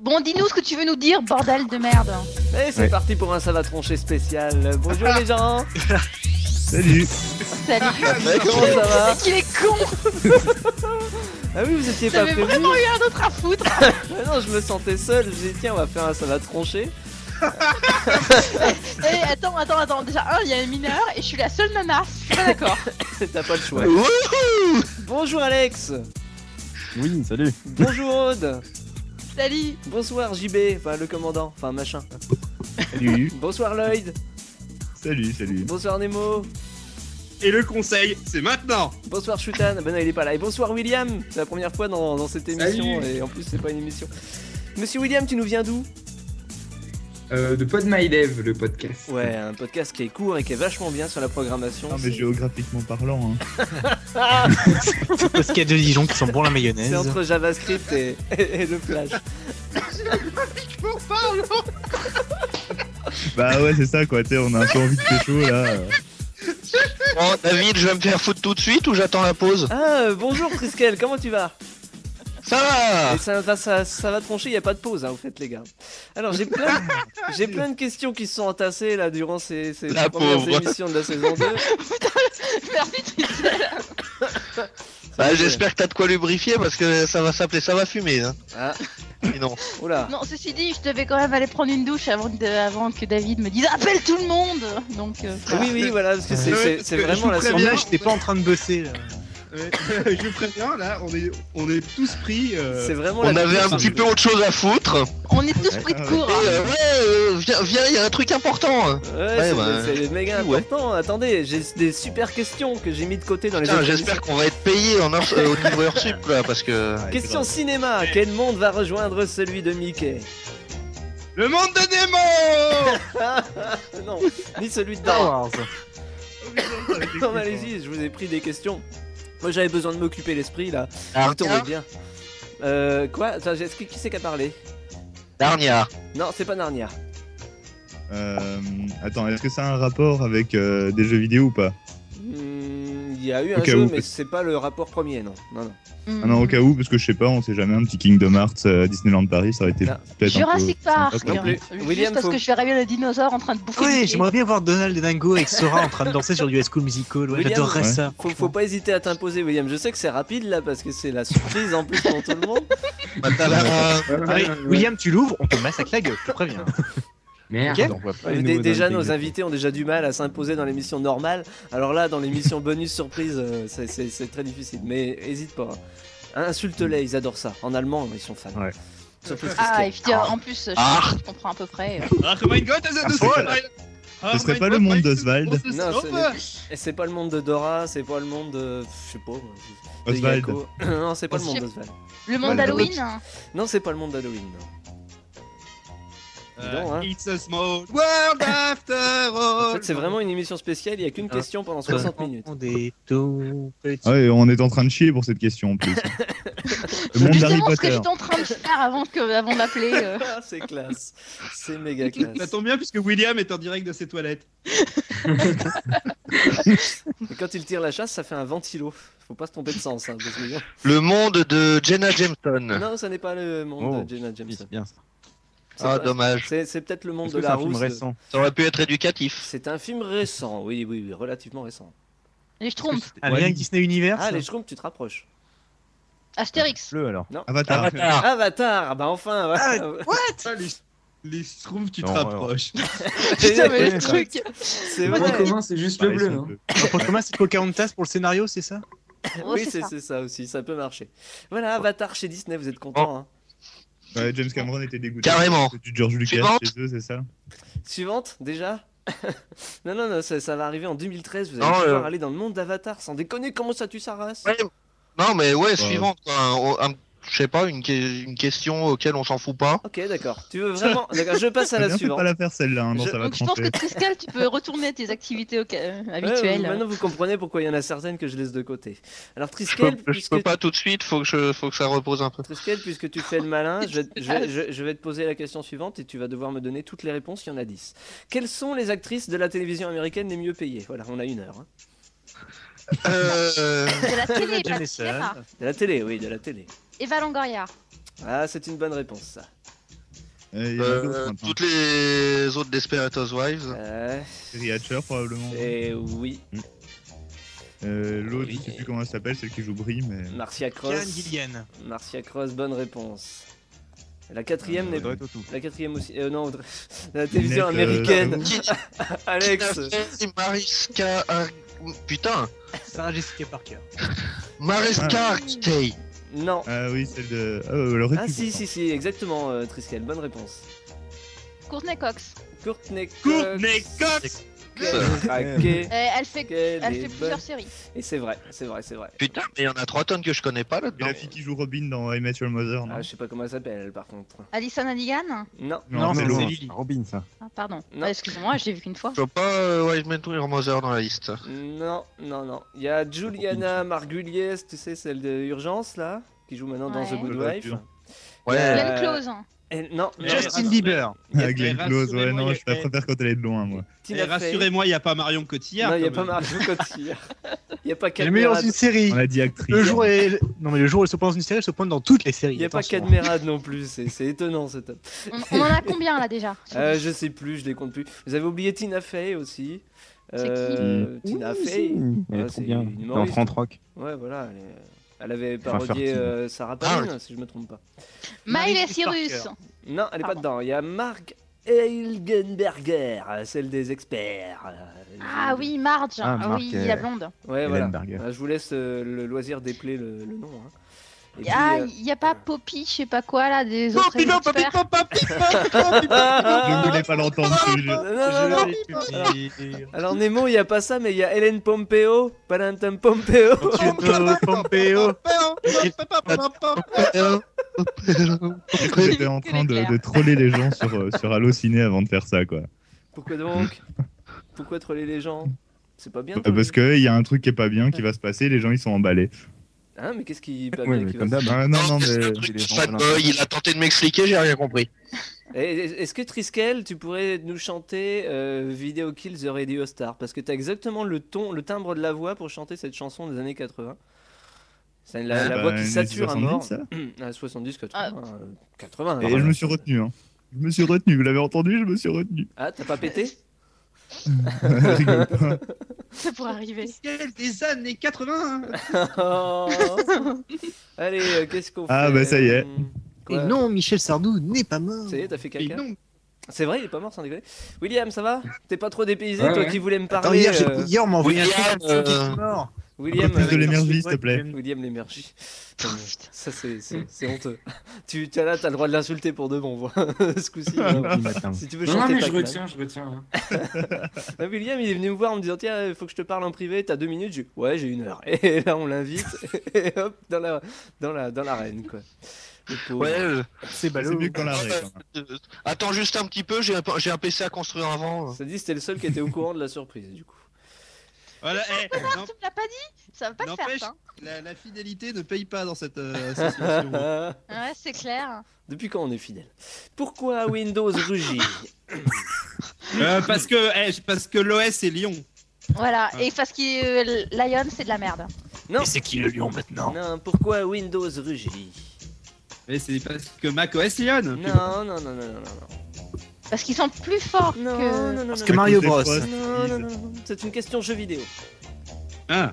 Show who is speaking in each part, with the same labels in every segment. Speaker 1: Bon, dis-nous ce que tu veux nous dire, bordel de merde.
Speaker 2: Et c'est
Speaker 3: Ouais.
Speaker 2: parti pour un ça va troncher spécial. Bonjour les gens.
Speaker 3: Salut
Speaker 1: Salut.
Speaker 2: Comment ça va
Speaker 1: Qu'il est con
Speaker 2: Ah oui, vous étiez pas
Speaker 1: J'avais
Speaker 2: prévenu.
Speaker 1: vraiment eu un autre à foutre
Speaker 2: Ah non, je me sentais seul. J'ai dit tiens, on va faire un ça va troncher.
Speaker 1: Eh, attends, attends, attends, déjà, un, il y a un mineur et je suis la seule nana, je suis pas d'accord.
Speaker 2: T'as pas le choix. Bonjour Alex.
Speaker 3: Oui, salut
Speaker 2: Bonjour Aude.
Speaker 1: Salut
Speaker 2: Bonsoir JB. Enfin le commandant. Enfin machin.
Speaker 3: Salut
Speaker 2: Bonsoir Lloyd.
Speaker 3: Salut, salut
Speaker 2: Bonsoir Nemo.
Speaker 4: Et le conseil, c'est maintenant
Speaker 2: Bonsoir Shutan, ben non il est pas là. Et bonsoir William, c'est la première fois dans, dans cette émission et en plus c'est pas une émission. Monsieur William, tu nous viens d'où
Speaker 5: Euh, de Pod My Dev, le podcast.
Speaker 2: Ouais, un podcast qui est court et qui est vachement bien sur la programmation.
Speaker 3: Non mais géographiquement parlant, hein.
Speaker 2: Ah,
Speaker 6: Parce qu'il y a de Dijon qui sont bons la
Speaker 2: c'est
Speaker 6: mayonnaise.
Speaker 2: entre JavaScript et, et- et le Flash.
Speaker 3: Bah ouais, c'est ça quoi, tu sais, on a un peu envie de pécho là.
Speaker 7: Bon, Oh, David, je vais me faire foutre tout de suite ou j'attends la pause
Speaker 2: Ah, euh, bonjour Triskel, comment tu vas
Speaker 7: Ça va
Speaker 2: Et ça, va- ça- ça va troncher, il a pas de pause hein, au fait les gars. Alors j'ai plein, j'ai plein de questions qui se sont entassées là durant ces, ces
Speaker 7: La
Speaker 2: premières
Speaker 7: pauvre.
Speaker 2: émissions de la saison 2.
Speaker 1: Merci, Tristel
Speaker 7: bah, J'espère que t'as de quoi lubrifier parce que ça va s'appeler ça va fumer. Hein.
Speaker 2: Ah.
Speaker 7: Sinon.
Speaker 2: Oula.
Speaker 1: Non, ceci dit, je devais quand même aller prendre une douche avant, de- avant que David me dise Appelle tout le monde Donc, euh,
Speaker 2: Oui, oui, voilà, parce que
Speaker 7: Ah,
Speaker 2: c'est- c'est c'est
Speaker 4: Je vous
Speaker 2: vraiment la
Speaker 4: préviens,
Speaker 6: En
Speaker 2: surprise.
Speaker 6: là, j'étais pas en train de bosser. là.
Speaker 4: Ouais, Je vous préviens, là, on est, on est tous pris. euh,
Speaker 2: C'est vraiment
Speaker 7: On
Speaker 2: la
Speaker 7: avait un
Speaker 2: surprise.
Speaker 7: petit peu autre chose à foutre.
Speaker 1: on est tous pris de court. hein.
Speaker 7: Et, euh, ouais, euh, viens, viens, il y a un truc important. hein.
Speaker 2: Ouais,
Speaker 7: Ouais,
Speaker 2: c'est-
Speaker 7: bah,
Speaker 2: c'est méga
Speaker 7: ouais.
Speaker 2: important. Attendez, j'ai des super questions que j'ai mis de côté dans les
Speaker 7: Putain,
Speaker 2: autres
Speaker 7: J'espère qu'on va être payé en heure- euh, au niveau heure sup là parce que.
Speaker 2: émissions. Question cinéma Quel monde va rejoindre celui de Mickey
Speaker 4: Le monde de Nemo
Speaker 2: Non, ni celui de
Speaker 6: Star
Speaker 2: Darwin.
Speaker 6: Wars.
Speaker 2: Non, mais allez-y, je vous ai pris des questions. Moi, j'avais besoin de m'occuper l'esprit là.
Speaker 1: Ah.
Speaker 2: Vous tombez
Speaker 7: Narnia.
Speaker 2: bien. Euh, quoi Attends, j'ai- qui, qui c'est qui a parlé
Speaker 7: Narnia.
Speaker 2: Non, c'est pas Narnia.
Speaker 3: Euh, attends, est-ce que ça a un rapport avec euh, des jeux vidéo ou pas
Speaker 2: Hmm, Il y a eu un
Speaker 3: Au cas
Speaker 2: jeu,
Speaker 3: où.
Speaker 2: mais c'est pas le rapport premier, non. Non, non.
Speaker 1: Hmm.
Speaker 3: Ah non, au cas où, parce que je sais pas, on sait jamais, un petit Kingdom Hearts euh, à Disneyland Paris, ça aurait été
Speaker 2: Ah.
Speaker 3: peut-être un peu
Speaker 1: Jurassic Park
Speaker 3: sympa, quoi. Ah,
Speaker 2: plus.
Speaker 1: Juste
Speaker 2: William,
Speaker 1: parce
Speaker 2: faut-
Speaker 1: que je verrais bien le dinosaure en train de bouffer
Speaker 6: Ouais,
Speaker 1: Mickey.
Speaker 6: j'aimerais bien voir Donald et Dingo avec Sora en train de danser sur du High School Musical. Ouais,
Speaker 2: William,
Speaker 6: j'adorerais
Speaker 3: ouais.
Speaker 6: ça.
Speaker 2: Faut, faut pas hésiter à t'imposer, William. Je sais que c'est rapide là parce que c'est la surprise en plus pour tout le monde.
Speaker 7: Bah, t'as la-
Speaker 6: Ah oui, William, tu l'ouvres, on te massacre la gueule, je te préviens.
Speaker 5: Merde.
Speaker 6: Ok.
Speaker 2: Ah,
Speaker 3: Ah,
Speaker 2: Ouais, dé- déjà, nos invités ont déjà du mal à s'imposer dans l'émission normale. Alors là, dans l'émission bonus surprise, euh, c'est- c'est c'est très difficile. Mais hésite pas. hein. Insulte-les, ils adorent ça. En allemand, ils sont fans.
Speaker 3: Mm. Ouais.
Speaker 2: Surtout Triskel.
Speaker 1: Ah, et puis euh, en plus, je,
Speaker 7: Ah.
Speaker 1: je comprends à peu près. euh,
Speaker 4: Ah, oh my god, t'as
Speaker 3: Ah, voilà. Ce serait pas le monde d'Oswald
Speaker 2: Non, ce n'est- Et c'est pas le monde de Dora, c'est pas le monde de. Je sais pas. moi, de
Speaker 3: Oswald.
Speaker 2: Yako. non, c'est pas le monde
Speaker 1: Je-
Speaker 2: d'Oswald.
Speaker 1: Le monde
Speaker 3: Voilà.
Speaker 1: d'Halloween hein.
Speaker 2: Non, c'est pas le monde d'Halloween. non.
Speaker 6: Euh,
Speaker 2: Dis donc, hein.
Speaker 4: It's a small world after
Speaker 2: En
Speaker 4: all.
Speaker 2: fait, c'est vraiment une émission spéciale, il y a
Speaker 3: Hein.
Speaker 2: qu'une
Speaker 6: Ah.
Speaker 2: question pendant 60 minutes.
Speaker 6: Des tout petits.
Speaker 3: Ah ouais, on est en train de chier pour cette question en plus. le monde d'Harry
Speaker 1: Justement, ce que
Speaker 3: Potter.
Speaker 1: j'étais en train de faire avant, que, avant de m'appeler. euh.
Speaker 2: Ah, c'est classe. C'est méga classe.
Speaker 4: Ça tombe bien puisque William est en direct de ses toilettes.
Speaker 2: Et quand il tire la chasse, ça fait un ventilo. Faut pas se tromper de sens. hein, parce que-
Speaker 7: Le monde de Jenna Jameson.
Speaker 2: Non, ça n'est pas le monde de Jenna Jameson.
Speaker 3: bien.
Speaker 2: C'est
Speaker 7: Ah
Speaker 2: pas-
Speaker 7: dommage.
Speaker 2: C'est c'est peut-être le monde de la rousse. de-
Speaker 7: Ça aurait pu être éducatif.
Speaker 2: C'est un film récent, oui, oui, oui, relativement récent.
Speaker 1: Les Schtroumpfs,
Speaker 6: Un lien avec Disney Universe.
Speaker 2: Ah, les Schtroumpfs, tu te rapproches.
Speaker 1: Astérix.
Speaker 3: alors.
Speaker 2: Non.
Speaker 7: Ah.
Speaker 3: Avatar.
Speaker 7: Avatar.
Speaker 2: Avatar, bah enfin. voilà.
Speaker 4: Ah, les, les Schtroumpfs, tu
Speaker 8: Non,
Speaker 4: te rapproches.
Speaker 1: Putain, mais le truc.
Speaker 2: C'est
Speaker 5: Le point
Speaker 2: vrai.
Speaker 5: commun, c'est juste le
Speaker 3: Ouais,
Speaker 5: bleu.
Speaker 3: c'est un
Speaker 5: hein.
Speaker 3: peu-
Speaker 6: Le point commun, c'est Pocahontas pour le scénario, c'est ça
Speaker 1: Oh,
Speaker 2: Oui,
Speaker 1: c'est
Speaker 2: c'est
Speaker 1: ça.
Speaker 2: c'est ça aussi, ça peut marcher. Voilà, Avatar chez Disney, vous êtes
Speaker 7: Oh.
Speaker 2: content. Hein.
Speaker 3: Ouais, James Cameron était dégoûté.
Speaker 7: Carrément.
Speaker 3: C'est du George Lucas
Speaker 7: Suivante.
Speaker 3: chez eux, c'est ça
Speaker 2: Suivante, déjà Non, non, non, ça, ça va arriver en 2013, vous allez
Speaker 7: Non,
Speaker 2: pouvoir
Speaker 7: euh.
Speaker 2: aller dans le monde d'Avatar sans déconner, comment ça tue sa race
Speaker 7: Ouais. Non mais ouais, suivante. quoi. Un- un- Je sais pas, une, que- une question auquel on s'en fout pas.
Speaker 2: Ok, d'accord. Tu veux vraiment. D'accord, je
Speaker 7: Bah,
Speaker 2: passe à la
Speaker 3: Eh Bien fait de
Speaker 2: suivante.
Speaker 3: pas la faire celle-là, hein, dans
Speaker 2: Je-
Speaker 3: ça va
Speaker 1: Donc je pense
Speaker 3: trancher.
Speaker 1: que Triscal, tu peux retourner à tes activités au- euh,
Speaker 2: Ouais, bah
Speaker 1: habituelles.
Speaker 2: ouais, maintenant, vous comprenez pourquoi il y en a certaines que je laisse de côté. Alors,
Speaker 7: Je peux,
Speaker 2: Triskel,
Speaker 7: je
Speaker 2: puisque,
Speaker 7: peux pas tout de suite, faut que, je, faut que ça repose un peu.
Speaker 2: Triskel, puisque tu fais le malin, je vais, je vais- je- je vais te poser la question suivante et tu vas devoir me donner toutes les réponses. Il y en a 10. Quelles sont les actrices de la télévision américaine les mieux payées Voilà, on a une heure. hein.
Speaker 7: Euh,
Speaker 1: De la télé,
Speaker 6: Jameson.
Speaker 1: pas
Speaker 2: hein.
Speaker 1: du cinéma.
Speaker 2: De la télé, oui, de la télé.
Speaker 1: Eva Longoria.
Speaker 2: Ah, c'est une bonne réponse, ça.
Speaker 3: Euh, il y en a d'autres
Speaker 7: Euh,
Speaker 3: maintenant.
Speaker 7: toutes les autres Desperate Housewives.
Speaker 2: Euh,
Speaker 3: Terry Hatcher, probablement.
Speaker 2: et oui,
Speaker 3: Euh, L'autre, je sais
Speaker 2: Oui.
Speaker 3: plus comment elle s'appelle, celle qui joue Brie, mais.
Speaker 2: Marcia
Speaker 6: Karen
Speaker 2: Cross.
Speaker 6: Gillian.
Speaker 2: Marcia Cross, bonne réponse. La quatrième n'est
Speaker 3: Euh,
Speaker 2: pas.
Speaker 3: Audrey Tautou.
Speaker 2: La quatrième aussi. Euh, non, Audrey- la télévision
Speaker 3: Net, euh,
Speaker 2: américaine.
Speaker 7: Qui-
Speaker 2: Alex.
Speaker 7: qui n'a fait Mariska. Ar- Putain
Speaker 6: Sarah Jessica Parker.
Speaker 7: Mariska Hargitay.
Speaker 2: Non.
Speaker 3: Ah oui, celle de. Ah, euh, elle aurait
Speaker 2: Ah
Speaker 3: pu,
Speaker 2: si,
Speaker 3: pourtant.
Speaker 2: si, si, exactement, euh, Triskel. Bonne réponse.
Speaker 9: Courtney Cox. Euh,
Speaker 2: Courtney Cox.
Speaker 3: Courtney Cox
Speaker 2: Craqué.
Speaker 9: Euh, elle fait,
Speaker 2: Quelle
Speaker 9: elle
Speaker 2: est
Speaker 9: fait
Speaker 2: bonne.
Speaker 9: plusieurs séries.
Speaker 2: Et c'est vrai, c'est vrai, c'est vrai.
Speaker 7: Putain, mais il y en a 3 tonnes que je connais pas
Speaker 3: Et
Speaker 7: là-dedans.
Speaker 3: la fille qui joue Robin dans I Met Your Mother, non
Speaker 2: Ah, je sais pas comment elle s'appelle par contre.
Speaker 9: Alison Hannigan
Speaker 2: Non,
Speaker 6: Non,
Speaker 3: c'est
Speaker 6: c'est
Speaker 3: loin.
Speaker 6: Lily. Lily.
Speaker 8: Robin, ça.
Speaker 9: ah, Pardon.
Speaker 2: Non.
Speaker 9: Ah, Excusez-moi, je l'ai vu qu'une fois.
Speaker 7: Je vois pas euh, Wise Men to Your Mother dans la liste.
Speaker 2: non, non, non. Il y a Juliana Margulies, tu sais, celle de Urgence là, qui joue maintenant dans
Speaker 9: Ouais.
Speaker 2: The Good
Speaker 3: Ouais,
Speaker 2: Wife.
Speaker 3: dur.
Speaker 2: Euh,
Speaker 9: Glenn Close.
Speaker 2: Et non, non,
Speaker 6: Justin Bieber.
Speaker 3: Ah, Glenn Close, ouais,
Speaker 8: rassurez-moi,
Speaker 3: non,
Speaker 8: il y a-
Speaker 3: je la préfère quand elle est de loin, moi.
Speaker 8: Eh,
Speaker 2: Tina Fey.
Speaker 8: Rassurez-moi, il n'y a pas Marion Cotillard.
Speaker 2: Non, il n'y a
Speaker 8: quand
Speaker 2: pas
Speaker 8: même.
Speaker 2: Marion Cotillard. Il n'y a pas
Speaker 6: Elle est meilleure
Speaker 2: Cadmerade.
Speaker 6: dans une série.
Speaker 3: On a dit actrice.
Speaker 6: Le jour est... Non, mais le jour où elle se prend dans une série, elle se prend dans toutes les séries.
Speaker 2: Il n'y a pas
Speaker 6: attention.
Speaker 2: Cadmerade non plus. C'est c'est étonnant ce top.
Speaker 9: On, on en a combien là déjà sur
Speaker 2: Euh,
Speaker 9: dix
Speaker 2: je sais plus, je les compte plus. Vous avez oublié Tina Fey aussi.
Speaker 9: C'est qui
Speaker 2: Euh, Tina Fey.
Speaker 8: Elle
Speaker 2: Ah,
Speaker 8: est trop
Speaker 2: c'est
Speaker 8: bien.
Speaker 2: une
Speaker 8: Elle est en
Speaker 2: humoriste.
Speaker 8: 30 rock.
Speaker 2: Ouais, voilà. Elle, est- elle avait
Speaker 8: Enfin,
Speaker 2: parodié
Speaker 8: fertile.
Speaker 2: euh, Sarah
Speaker 7: Ah,
Speaker 2: Palin, si je me trompe pas.
Speaker 9: Miley
Speaker 6: Marius
Speaker 9: Cyrus.
Speaker 6: Parker.
Speaker 2: Non, elle est pas
Speaker 9: Pardon.
Speaker 2: dedans. Il y a Mark Heigenberger, celle des experts. Euh,
Speaker 9: Ah
Speaker 2: je-
Speaker 9: oui, Marge.
Speaker 8: Ah,
Speaker 9: Ah oui,
Speaker 8: Marc,
Speaker 9: la
Speaker 8: euh,
Speaker 9: blonde.
Speaker 2: Ouais, voilà.
Speaker 8: Ellenberger.
Speaker 2: Ah, je vous laisse euh, le loisir d'épeler le, le nom. hein. Et
Speaker 9: ah,
Speaker 2: puis, euh,
Speaker 9: il n'y a pas Poppy, je sais pas quoi là, des autres experts.
Speaker 2: Ah,
Speaker 3: Je voulais pas l'entendre, je te jure.
Speaker 2: non, non, non. ah, Alors Nemo, il y a pas ça, mais il y a Hélène Pompeo, Palantum Pompeo.
Speaker 6: Tito Pompeo.
Speaker 3: Je crois que J'étais en train de, de troller les gens sur, euh, sur Halo Ciné avant de faire ça, quoi.
Speaker 2: Pourquoi donc Pourquoi troller les gens C'est pas bien.
Speaker 3: Bah,
Speaker 2: troller.
Speaker 3: parce que il y a un truc qui est pas bien qui va se passer, les gens ils sont emballés.
Speaker 2: Hein, mais qu'est-ce qui pas
Speaker 8: Oui,
Speaker 2: bien
Speaker 8: mais
Speaker 2: qui va
Speaker 8: comme
Speaker 2: se-
Speaker 8: d'hab. hein.
Speaker 3: Ah, non, non,
Speaker 7: C'est
Speaker 3: mais.
Speaker 7: un truc
Speaker 8: les
Speaker 7: de
Speaker 8: gens
Speaker 7: fanboy,
Speaker 8: veulent un-
Speaker 7: il a tenté de m'expliquer, j'ai rien compris.
Speaker 2: Et- et- Est-ce que Triskel, tu pourrais nous chanter euh, Video Kill the Radio Star Parce que t'as exactement le ton, le timbre de la voix pour chanter cette chanson des années 80. C'est la,
Speaker 3: Ah,
Speaker 2: la
Speaker 3: bah,
Speaker 2: voix qui
Speaker 3: années
Speaker 2: sature à
Speaker 3: 70,
Speaker 2: mort.
Speaker 3: ça
Speaker 2: Ah, 70, 80. euh, 80
Speaker 3: Et
Speaker 2: alors. euh,
Speaker 3: je me suis retenu, hein. Je me suis retenu, vous l'avez entendu, je me suis retenu.
Speaker 2: Ah, t'as pas pété
Speaker 3: Rigole pas.
Speaker 9: Ça pourrait arriver.
Speaker 10: Quelle des années 80 hein.
Speaker 2: Oh. Allez, euh, qu'est-ce qu'on fait
Speaker 3: Ah, bah, ça y est.
Speaker 2: Hum,
Speaker 6: Et
Speaker 2: quoi
Speaker 6: non, Michel Sardou n'est pas mort.
Speaker 2: Ça y est, t'as fait
Speaker 10: Et
Speaker 2: caca
Speaker 10: non,
Speaker 2: C'est vrai, il est pas mort sans déconner. William, ça va T'es pas trop dépaysé,
Speaker 5: Ouais,
Speaker 2: toi
Speaker 5: ouais.
Speaker 2: qui voulais me
Speaker 6: Attends,
Speaker 2: parler
Speaker 6: hier, j'ai-
Speaker 2: euh,
Speaker 6: hier, on m'a envoyé un
Speaker 7: William,
Speaker 6: truc, un truc
Speaker 7: euh,
Speaker 6: mort.
Speaker 2: William,
Speaker 3: Un peu plus de
Speaker 2: euh,
Speaker 3: l'énergie, s'il te plaît.
Speaker 2: William l'émergie. Euh, Ça, c'est- c'est c'est honteux. tu as là, t'as le droit de l'insulter pour de bon, voix, ce coup-ci.
Speaker 3: Ah,
Speaker 2: euh, Si tu veux
Speaker 5: non, non,
Speaker 2: chanter
Speaker 5: mais
Speaker 2: ta
Speaker 5: je
Speaker 2: claque.
Speaker 5: retiens, je retiens. hein.
Speaker 2: Ah, William, il est venu me voir en me disant Tiens, il faut que je te parle en privé, t'as deux minutes J'ai dit, Ouais, j'ai une heure. Et là, on l'invite, et hop, dans l'arène, dans la, dans l'arène, quoi. Le pauvre.
Speaker 7: Ouais, euh,
Speaker 6: C'est
Speaker 3: C'est
Speaker 6: ballot.
Speaker 3: mieux que dans la hein. rue, quand même.
Speaker 7: euh, attends juste un petit peu, j'ai un, j'ai un PC à construire avant.
Speaker 2: Ça dit, c'était le seul qui était au courant de la surprise, du coup.
Speaker 8: Voilà, eh, non,
Speaker 9: Tu me l'as pas dit Ça va pas le faire,
Speaker 8: N'empêche-
Speaker 9: ça.
Speaker 10: la, la fidélité ne paye pas dans cette euh, association.
Speaker 9: Ouais, c'est clair.
Speaker 2: Depuis quand on est fidèle Pourquoi Windows rugit
Speaker 8: euh, parce que, eh, parce que l'OS est Lyon.
Speaker 9: Voilà,
Speaker 8: Ah.
Speaker 9: et parce que euh, Lion, c'est de la merde.
Speaker 2: Non.
Speaker 6: Mais c'est qui le lion maintenant
Speaker 2: Non, pourquoi Windows rugit
Speaker 8: Mais c'est parce que macOS est Lyon.
Speaker 2: Non, non, non, non, non, non.
Speaker 9: Parce qu'ils sont plus forts
Speaker 2: Non,
Speaker 9: que.
Speaker 2: non, non,
Speaker 6: Parce
Speaker 2: non,
Speaker 6: que
Speaker 2: non.
Speaker 6: Mario
Speaker 3: Des
Speaker 6: Bros.
Speaker 3: fois, c'est-
Speaker 2: Non, non, non, non, c'est une question jeu vidéo.
Speaker 8: Ah,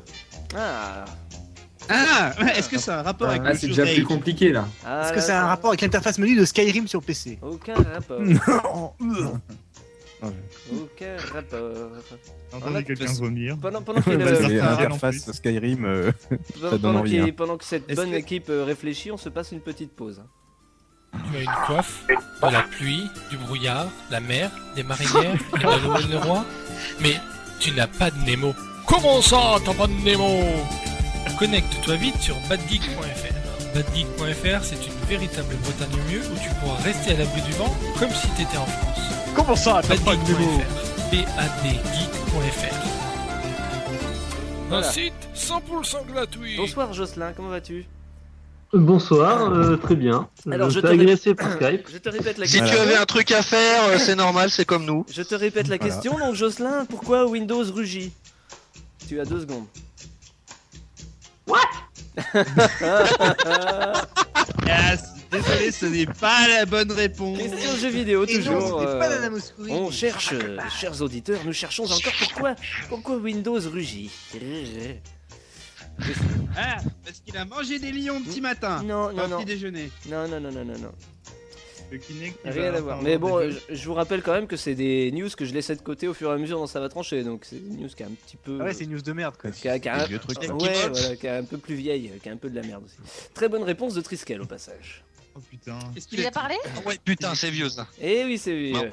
Speaker 2: Ah,
Speaker 8: ah ouais, est-ce que ça a un rapport avec
Speaker 5: Ah,
Speaker 8: le
Speaker 5: c'est
Speaker 8: jeu
Speaker 5: déjà plus
Speaker 8: Rage
Speaker 5: compliqué là.
Speaker 2: Ah
Speaker 6: Est-ce que
Speaker 2: là,
Speaker 6: ça a un
Speaker 2: ça-
Speaker 6: rapport avec l'interface menu de Skyrim sur PC
Speaker 2: Aucun rapport.
Speaker 6: Non.
Speaker 2: Aucun rapport.
Speaker 3: J'ai
Speaker 2: Ah,
Speaker 3: entendu quelqu'un
Speaker 8: parce-
Speaker 3: vomir.
Speaker 2: Pendant, pendant que,
Speaker 8: Ouais,
Speaker 2: le-
Speaker 8: vas-y.
Speaker 2: pendant-
Speaker 8: euh,
Speaker 3: l'interface
Speaker 8: en Skyrim. euh, donne
Speaker 2: pendant
Speaker 8: envie,
Speaker 2: qu'il-
Speaker 8: hein.
Speaker 2: pendant que cette
Speaker 8: Est-ce
Speaker 2: bonne
Speaker 8: que-
Speaker 2: équipe euh, réfléchit, on se passe une petite pause.
Speaker 11: Tu as une coiffe, de la pluie, du brouillard, la mer, des marinières et de roi. Mais tu n'as pas de Nemo. Comment ça, t'as pas de Nemo Connecte-toi vite sur badgeek.fr. Badgeek.fr, c'est une véritable Bretagne au mieux où tu pourras rester à l'abri du vent comme si t'étais en France.
Speaker 6: Comment ça t'as pas de démo
Speaker 11: Badgeek.fr. B-A-D-geek.fr. Un site 100% gratuit.
Speaker 2: Bonsoir Jocelyn, comment vas-tu
Speaker 12: Bonsoir, euh, très bien.
Speaker 2: Alors,
Speaker 12: je
Speaker 2: je
Speaker 12: t'ai
Speaker 2: te ré-
Speaker 12: agressé par Skype.
Speaker 2: Je te répète la
Speaker 7: Si
Speaker 2: question.
Speaker 7: tu avais un truc à faire, euh, c'est normal, c'est comme nous.
Speaker 2: Je te répète la
Speaker 8: Voilà.
Speaker 2: question, donc Jocelyn, pourquoi Windows rugit Tu as deux secondes. What
Speaker 8: Désolé, ce n'est pas la bonne réponse.
Speaker 2: Question jeux vidéo,
Speaker 6: Et non,
Speaker 2: toujours.
Speaker 6: c'était
Speaker 2: euh,
Speaker 6: pas Nana Mouskouri.
Speaker 2: on cherche, euh, chers auditeurs, nous cherchons encore pourquoi, pourquoi Windows rugit.
Speaker 8: Ah, parce qu'il a mangé des lions petit
Speaker 6: Ah,
Speaker 8: matin.
Speaker 2: Non, non,
Speaker 8: Enfin,
Speaker 2: non,
Speaker 8: petit déjeuner.
Speaker 2: non, non, non, non, non, non.
Speaker 3: Le kiné qui
Speaker 2: Rien
Speaker 3: va
Speaker 2: à voir.
Speaker 3: faire
Speaker 2: Mais
Speaker 3: un
Speaker 2: bon, euh,
Speaker 3: dégueu.
Speaker 2: je, je vous rappelle quand même que c'est des news que je laissais de côté au fur et à mesure dans ça va trancher, donc c'est une news qui est un petit peu.
Speaker 6: Ah ouais, c'est une news de merde quoi.
Speaker 2: qui a- qui a-
Speaker 3: Des vieux trucs.
Speaker 2: Ouais,
Speaker 3: ça.
Speaker 2: voilà, qui est un peu plus vieille, qui est un peu de la merde aussi. Très bonne réponse de Triskel au passage.
Speaker 3: Oh putain.
Speaker 8: Qu'est-ce qu'il
Speaker 1: Il a
Speaker 8: est
Speaker 1: parlé
Speaker 7: Ah ouais, putain, c'est vieux ça.
Speaker 2: Eh oui, c'est vieux.
Speaker 7: Non.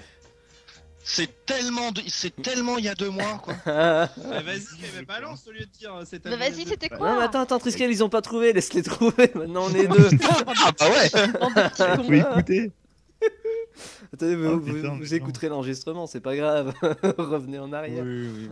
Speaker 7: C'est tellement, de- c'est tellement il y a deux mois quoi.
Speaker 2: Ah.
Speaker 8: Bah, Vas-y, mais balance au lieu de dire euh, cette
Speaker 1: Bah, Vas-y, c'était
Speaker 2: Non, mais
Speaker 1: quoi
Speaker 2: attends, attends, Triskel, ils ont pas trouvé, laisse-les trouver. Maintenant, on est deux.
Speaker 7: Ah bah ouais.
Speaker 1: Bande de petits cons.
Speaker 3: Faut écouter.
Speaker 2: Attendez, mais
Speaker 3: Oh,
Speaker 2: vous,
Speaker 3: putain,
Speaker 2: vous
Speaker 3: putain.
Speaker 2: écouterez l'enregistrement, c'est pas grave. Revenez en arrière.
Speaker 6: oui,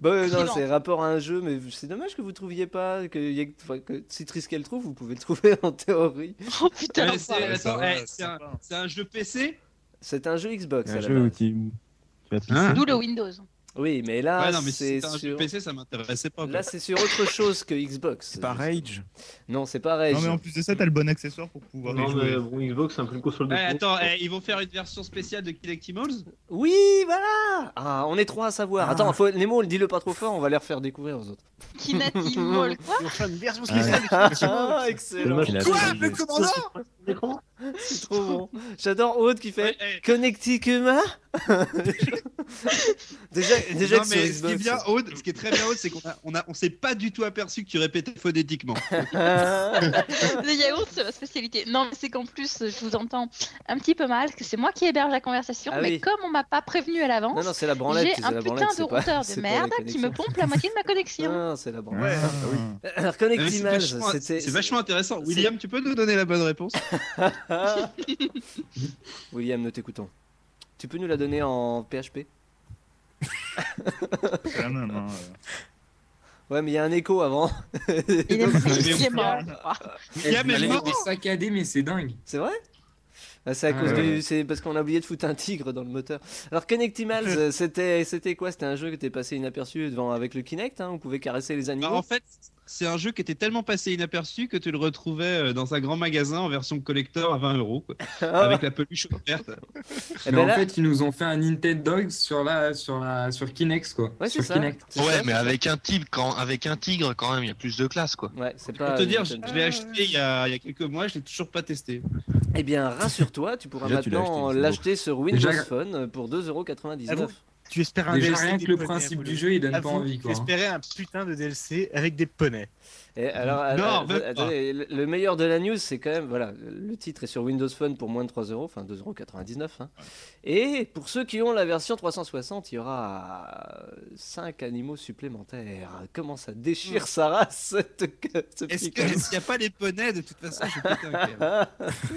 Speaker 2: Bah ouais, non,
Speaker 1: Silence.
Speaker 2: c'est rapport à un jeu, mais c'est dommage que vous trouviez pas. Que, y ait- enfin, que si Triskel trouve, vous pouvez le trouver en théorie.
Speaker 1: Oh putain,
Speaker 8: Ouais, c'est-
Speaker 1: l'enfoiré.
Speaker 8: attends, eh, c'est un- c'est un jeu PC
Speaker 2: C'est un jeu Xbox. à
Speaker 13: Un
Speaker 2: la
Speaker 13: jeu où
Speaker 2: base.
Speaker 13: tu, tu vas pisser.
Speaker 5: Ah,
Speaker 8: Hein
Speaker 1: D'où le Windows.
Speaker 2: Oui, mais là,
Speaker 8: Ouais, non, mais si
Speaker 2: c'est
Speaker 8: c'était un jeu
Speaker 2: sur...
Speaker 8: PC, ça m'intéressait pas. quoi.
Speaker 2: là, c'est sur autre chose que Xbox.
Speaker 6: C'est pas Rage.
Speaker 2: Non, c'est pareil.
Speaker 3: Non, mais en plus de ça, t'as le bon accessoire pour pouvoir y
Speaker 13: Non, mais
Speaker 2: euh,
Speaker 3: jouer.
Speaker 13: bon, Xbox, c'est un peu une console de
Speaker 8: Eh, attends,
Speaker 13: course.
Speaker 8: eh, ils vont faire une version spéciale de Kill Timals
Speaker 2: Oui, voilà. Ah, on est trois à savoir.
Speaker 13: Ah.
Speaker 2: Attends, faut... les mots, dis-le pas trop fort, on va les refaire découvrir aux autres.
Speaker 1: Kinati Mall, quoi
Speaker 6: une version spéciale.
Speaker 2: Ah, excellent.
Speaker 13: Dommage qu'il a
Speaker 8: Quoi,
Speaker 13: pas
Speaker 8: le
Speaker 13: joué.
Speaker 8: commandant
Speaker 13: L'écran
Speaker 2: C'est trop bon. J'adore Aude qui fait.
Speaker 8: eh,
Speaker 2: Connecticuma Déjà, déjà
Speaker 8: non,
Speaker 2: que sur
Speaker 8: mais ce qui, est
Speaker 2: Xbox.
Speaker 8: bien, Aude, ce qui est très bien, Aude, c'est qu'on a, on a, on s'est pas du tout aperçu que tu répétais phonétiquement.
Speaker 2: Ah,
Speaker 1: Le yaourt, c'est ma spécialité. Non, mais c'est qu'en plus, je vous entends un petit peu mal, parce que c'est moi qui héberge la conversation,
Speaker 2: Ah
Speaker 1: mais
Speaker 2: oui.
Speaker 1: comme on m'a pas prévenu à
Speaker 2: non,
Speaker 1: l'avance,
Speaker 2: non, c'est la branlette.
Speaker 1: j'ai
Speaker 2: c'est
Speaker 1: un
Speaker 2: la branlette,
Speaker 1: putain de
Speaker 2: c'est pas-
Speaker 1: routeur
Speaker 2: c'est
Speaker 1: de
Speaker 2: pas la
Speaker 1: merde qui me
Speaker 2: connexion.
Speaker 1: pompe la moitié de ma connexion.
Speaker 2: Non, c'est la branlette.
Speaker 3: Ouais.
Speaker 2: Alors,
Speaker 8: Ah, Mais
Speaker 2: Connect
Speaker 8: Euh, C'est
Speaker 2: Images,
Speaker 8: vachement-
Speaker 2: c'était.
Speaker 8: c'est vachement intéressant. William, tu peux nous donner la bonne réponse
Speaker 2: Ah. William, nous t'écoutons. Tu peux nous la donner en PHP
Speaker 3: Quand même, hein.
Speaker 2: Ouais, mais il y a un écho avant.
Speaker 1: Il est il est mort.
Speaker 3: Mais-
Speaker 8: William est mort
Speaker 5: Eh, est saccadé, mais c'est dingue.
Speaker 2: C'est vrai Ah, c'est à
Speaker 5: Ah,
Speaker 2: cause
Speaker 5: ouais,
Speaker 2: du, c'est parce qu'on a oublié de foutre un tigre dans le moteur. Alors Connectimals, euh, c'était, c'était quoi C'était un jeu qui était passé inaperçu devant avec le Kinect. Hein, on pouvait caresser les
Speaker 8: Bah,
Speaker 2: animaux.
Speaker 8: En fait, c'est un jeu qui était tellement passé inaperçu que tu le retrouvais euh, dans un grand magasin en version collector à 20 euros, quoi,
Speaker 2: Ah,
Speaker 8: avec la peluche offerte.
Speaker 2: eh
Speaker 5: mais
Speaker 2: ben
Speaker 5: en
Speaker 2: là-
Speaker 5: fait, ils nous ont fait un Nintendo Dog sur la, sur la, sur Kinect, quoi.
Speaker 2: Ouais, c'est
Speaker 5: sur
Speaker 2: ça.
Speaker 5: Kinect.
Speaker 2: C'est
Speaker 7: Ouais,
Speaker 2: ça.
Speaker 7: mais avec un tigre, quand, avec un tigre quand même, il y a plus de classe quoi.
Speaker 2: Ouais, c'est
Speaker 8: Pour
Speaker 2: pas.
Speaker 8: te dire, je,
Speaker 2: Nintendo.
Speaker 8: je l'ai acheté il y, a, il y a quelques mois, je l'ai toujours pas testé.
Speaker 2: Eh bien, rassure-toi, tu pourras
Speaker 13: Déjà, tu l'as
Speaker 2: maintenant
Speaker 13: acheté, c'est
Speaker 2: l'acheter sur Windows
Speaker 5: Déjà-
Speaker 2: Phone pour 2,99€.
Speaker 6: Ah bon Tu espères un
Speaker 5: Déjà,
Speaker 6: DLC
Speaker 5: rien
Speaker 6: des
Speaker 5: que le
Speaker 6: poneys,
Speaker 5: principe
Speaker 6: Apollo.
Speaker 5: du jeu, il donne pas
Speaker 6: Avoue,
Speaker 5: envie, quoi.
Speaker 6: J'espérais un putain de DLC avec des poneys.
Speaker 2: Et alors,
Speaker 8: Non,
Speaker 2: euh,
Speaker 8: même pas.
Speaker 2: attendez, le- le meilleur de la news, c'est quand même, voilà, le titre est sur Windows Phone pour moins de 3 euros, enfin 2,99 euros. Et pour ceux qui ont la version 360, il y aura 5 animaux supplémentaires. Comment ça déchire sa race, cette, ce
Speaker 8: Mm. Est-ce
Speaker 2: petit Ah.
Speaker 8: que- est-ce qu'il n'y a pas les poneys De toute façon, je vais péter un câble.
Speaker 2: con-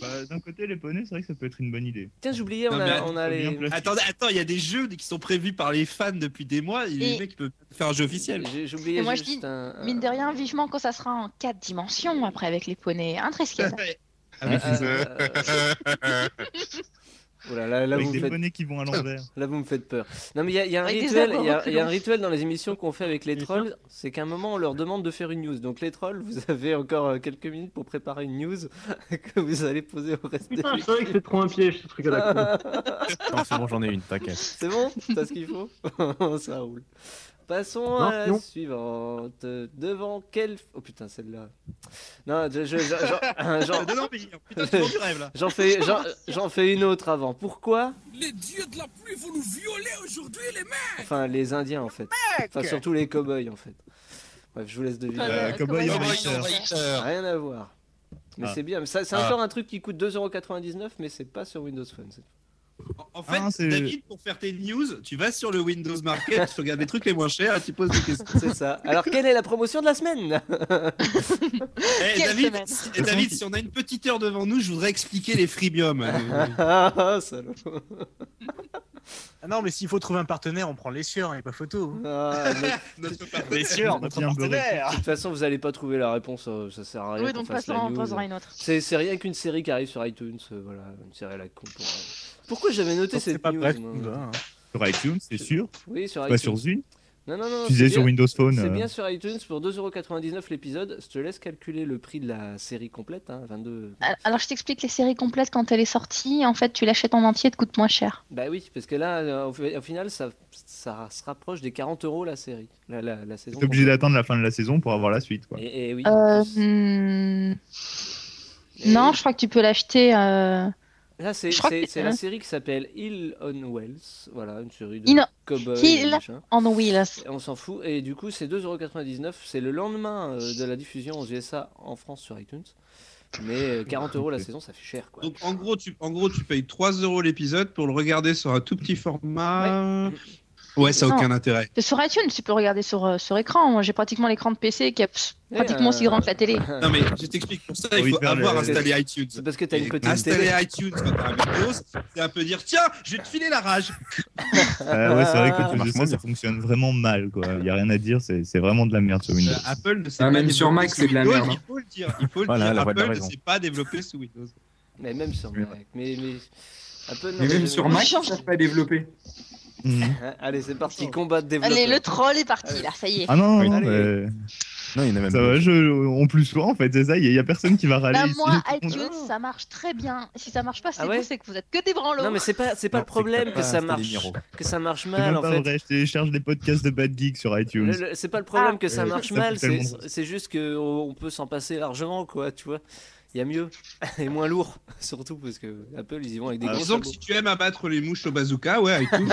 Speaker 3: Bah, D'un côté, les poneys, c'est vrai que ça peut être une bonne idée.
Speaker 2: Tiens, j'oubliais, on
Speaker 8: Non, mais
Speaker 2: a,
Speaker 8: attends,
Speaker 2: on a
Speaker 3: Faut bien
Speaker 2: les... Ah,
Speaker 3: placer.
Speaker 8: Attendez, attends, il y a des jeux qui sont prévus par les fans depuis des mois. Et les
Speaker 1: Et-
Speaker 8: mecs peuvent faire un jeu officiel.
Speaker 2: j'ai- J'oubliais
Speaker 1: Et moi, je
Speaker 2: juste
Speaker 1: dis,
Speaker 2: un... un-
Speaker 1: Mine de rien, vivement quand ça sera en 4 dimensions après avec les poneys. hein, Un triskel.
Speaker 8: Avec
Speaker 2: Euh, euh, euh, Oh là là, là,
Speaker 3: Avec
Speaker 2: vous me
Speaker 3: des
Speaker 2: faites
Speaker 3: poneys qui vont à l'envers.
Speaker 2: Là, vous me faites peur. Non, mais il y a, il y a un
Speaker 1: Avec des hein,
Speaker 2: rituel.
Speaker 1: arbres
Speaker 2: il y a-
Speaker 1: reculants.
Speaker 2: il y a un rituel dans les émissions qu'on fait avec les trolls. C'est qu'à un moment, on leur demande de faire une news. Donc, les trolls, vous avez encore euh, quelques minutes pour préparer une news que vous allez poser au reste. des-
Speaker 13: Putain, je savais que c'était trop un piège ce truc à la con.
Speaker 6: c'est bon, j'en ai une, t'inquiète.
Speaker 2: C'est bon T'as ce qu'il faut Ça roule. Passons
Speaker 13: Non,
Speaker 2: à la
Speaker 13: non.
Speaker 2: suivante. Devant quel. Oh putain, celle-là. Non, je- je- je- j'en-
Speaker 10: Ah,
Speaker 2: j'en-
Speaker 8: Non, non, mais putain, tu vends du rêve là.
Speaker 2: j'en fais, j'en- j'en fais une autre avant. Pourquoi
Speaker 14: Les dieux de la pluie vont nous violer aujourd'hui, les mecs
Speaker 2: Enfin, les Indiens en fait. Enfin, surtout les cow-boys en fait. Bref, je vous laisse deviner.
Speaker 3: Euh, Cowboy Envahisseur.
Speaker 2: Rien à voir. Mais
Speaker 3: Ah.
Speaker 2: c'est bien. Mais ça- C'est
Speaker 7: Ah.
Speaker 2: encore un truc qui coûte 2,99€, mais c'est pas sur Windows Phone. c'est-
Speaker 8: En- En fait,
Speaker 3: Ah, c'est-
Speaker 8: David, pour faire tes news, tu vas sur le Windows Market, tu regardes les trucs les moins chers et tu poses des questions.
Speaker 2: C'est ça. Alors, quelle est la promotion de la semaine
Speaker 8: Eh,
Speaker 1: Quelle
Speaker 8: David,
Speaker 1: semaine.
Speaker 8: si- eh, David, si on a une petite heure devant nous, je voudrais expliquer les freemiums. Euh,
Speaker 2: Ah, salaud.
Speaker 6: Ah non, mais s'il faut trouver un partenaire, on prend les sieurs, il n'y a pas photo. hein.
Speaker 2: Ah, mais
Speaker 8: notre part-
Speaker 6: Les sieurs, notre
Speaker 3: Bien beurré.
Speaker 6: partenaire
Speaker 2: de toute façon, vous allez pas trouver la réponse. euh, Ça sert à rien.
Speaker 1: Oui,
Speaker 2: qu'on
Speaker 1: donc
Speaker 2: fasse
Speaker 1: passons,
Speaker 2: la
Speaker 1: on
Speaker 2: news.
Speaker 1: posera une autre.
Speaker 2: C'est c'est rien qu'une série qui arrive sur iTunes. euh, Voilà, une série à la con. pour, euh. Pourquoi j'avais noté
Speaker 6: C'est
Speaker 2: cette
Speaker 6: pas
Speaker 2: news
Speaker 6: bref.
Speaker 2: moi
Speaker 6: bah, hein.
Speaker 3: Sur iTunes, c'est sûr.
Speaker 2: Oui, sur
Speaker 3: Pas
Speaker 2: iTunes.
Speaker 3: sur Zune.
Speaker 2: Non, non, non.
Speaker 3: Diffusé
Speaker 2: c'est
Speaker 3: sur
Speaker 2: bien-
Speaker 3: Windows Phone.
Speaker 2: C'est
Speaker 3: euh,
Speaker 2: bien sur iTunes pour 2,99€ l'épisode. Je te laisse calculer le prix de la série complète, hein, 22.
Speaker 1: Al- Alors je t'explique les séries complètes quand elle est sortie. En fait, tu l'achètes en entier, elle te coûte moins cher.
Speaker 2: Bah oui, parce que là, euh, au, fi- au final, ça, ça se rapproche des 40 euros la série, la, la, la saison.
Speaker 3: T'es obligé d'attendre la fin de la saison pour avoir la suite. Quoi.
Speaker 2: Et, et oui.
Speaker 1: Euh,
Speaker 2: en plus.
Speaker 1: hmm,
Speaker 2: Et
Speaker 1: Non, je crois que tu peux l'acheter. euh,
Speaker 2: Là, c'est
Speaker 1: je crois
Speaker 2: c'est-
Speaker 1: que- euh,
Speaker 2: c'est la série qui s'appelle Hill on Wells. Voilà, une série de
Speaker 1: Hill-
Speaker 2: cowboys,
Speaker 1: Hill-
Speaker 2: machin.
Speaker 1: En wheels.
Speaker 2: Et On s'en fout. Et du coup, c'est 2,99€. C'est le lendemain euh, de la diffusion aux USA en France sur iTunes. Mais euh, 40 euros la saison, ça fait cher, quoi.
Speaker 8: Donc en gros, tu, en gros, tu payes 3 euros l'épisode pour le regarder sur un tout petit format. Ouais, ça n'a
Speaker 1: Non.
Speaker 8: aucun intérêt.
Speaker 1: Sur iTunes, tu peux regarder sur, euh, sur écran. Moi, j'ai pratiquement l'écran de PC qui est pff, pratiquement aussi
Speaker 2: euh,
Speaker 1: grand que la télé.
Speaker 8: Non mais je t'explique, pour ça
Speaker 3: Oui,
Speaker 8: il faut
Speaker 3: faire
Speaker 8: avoir
Speaker 3: le-
Speaker 8: installé iTunes.
Speaker 2: C'est parce que t'as
Speaker 8: Et
Speaker 2: une petite
Speaker 8: Installer
Speaker 2: télé.
Speaker 8: iTunes quand t'as un Windows, c'est un peu dire tiens, je vais te filer la rage.
Speaker 3: Ah ouais, c'est vrai que
Speaker 2: Ça
Speaker 3: quand tu
Speaker 13: marche
Speaker 3: fais
Speaker 13: moins
Speaker 3: ça, ça
Speaker 13: bien.
Speaker 3: fonctionne vraiment mal. quoi. Il n'y a rien à dire, c'est c'est vraiment de la merde sur Windows.
Speaker 8: Euh, Apple ne s'est
Speaker 5: Ah,
Speaker 8: pas
Speaker 5: même sur
Speaker 8: développé
Speaker 5: Mac,
Speaker 8: sous
Speaker 5: c'est de la
Speaker 8: Windows,
Speaker 5: merde, hein.
Speaker 8: Il faut le dire. Il faut le
Speaker 13: Voilà,
Speaker 8: dire.
Speaker 13: la voix de la
Speaker 8: Apple ne
Speaker 13: raison.
Speaker 8: s'est pas développé sous Windows.
Speaker 2: Mais même sur Mac. Mais, mais... Apple, non,
Speaker 5: Mais même
Speaker 2: je-
Speaker 5: sur Mac,
Speaker 1: change.
Speaker 5: ça pas développé.
Speaker 3: Mhm.
Speaker 2: Hein, Allez, c'est parti, combat de développeur.
Speaker 1: Allez, le troll est parti là, ça y est.
Speaker 3: Ah non,
Speaker 13: Oui.
Speaker 3: non,
Speaker 2: Allez.
Speaker 3: mais
Speaker 13: Non, il y en a même
Speaker 3: ça va, je, on plus souvent en fait, c'est ça, il n'y a, personne qui va râler.
Speaker 1: Bah,
Speaker 3: ici.
Speaker 1: moi,
Speaker 3: Tout le monde-
Speaker 1: iTunes, ça marche très bien. Si ça marche pas, c'est
Speaker 2: Ah ouais
Speaker 1: vous, c'est que vous êtes que des branlots.
Speaker 2: Non, mais c'est pas, c'est pas le problème que, ça marche, que ça marche
Speaker 3: C'est
Speaker 2: mal
Speaker 3: même
Speaker 2: en
Speaker 3: pas
Speaker 2: fait.
Speaker 3: vrai, je télécharge des podcasts de Bad Geek sur iTunes.
Speaker 2: Le- le- C'est pas le
Speaker 1: Ah.
Speaker 2: problème que ça
Speaker 3: Euh,
Speaker 2: marche
Speaker 3: ça
Speaker 2: mal,
Speaker 3: fout tellement
Speaker 2: c'est- c'est juste que on on peut s'en passer largement, quoi, tu vois. Il y a mieux et moins lourd, surtout parce que Apple ils y vont avec des
Speaker 3: Ah,
Speaker 2: gros
Speaker 8: Disons que
Speaker 2: sabots.
Speaker 8: si tu aimes abattre les mouches au bazooka, ouais, iTunes.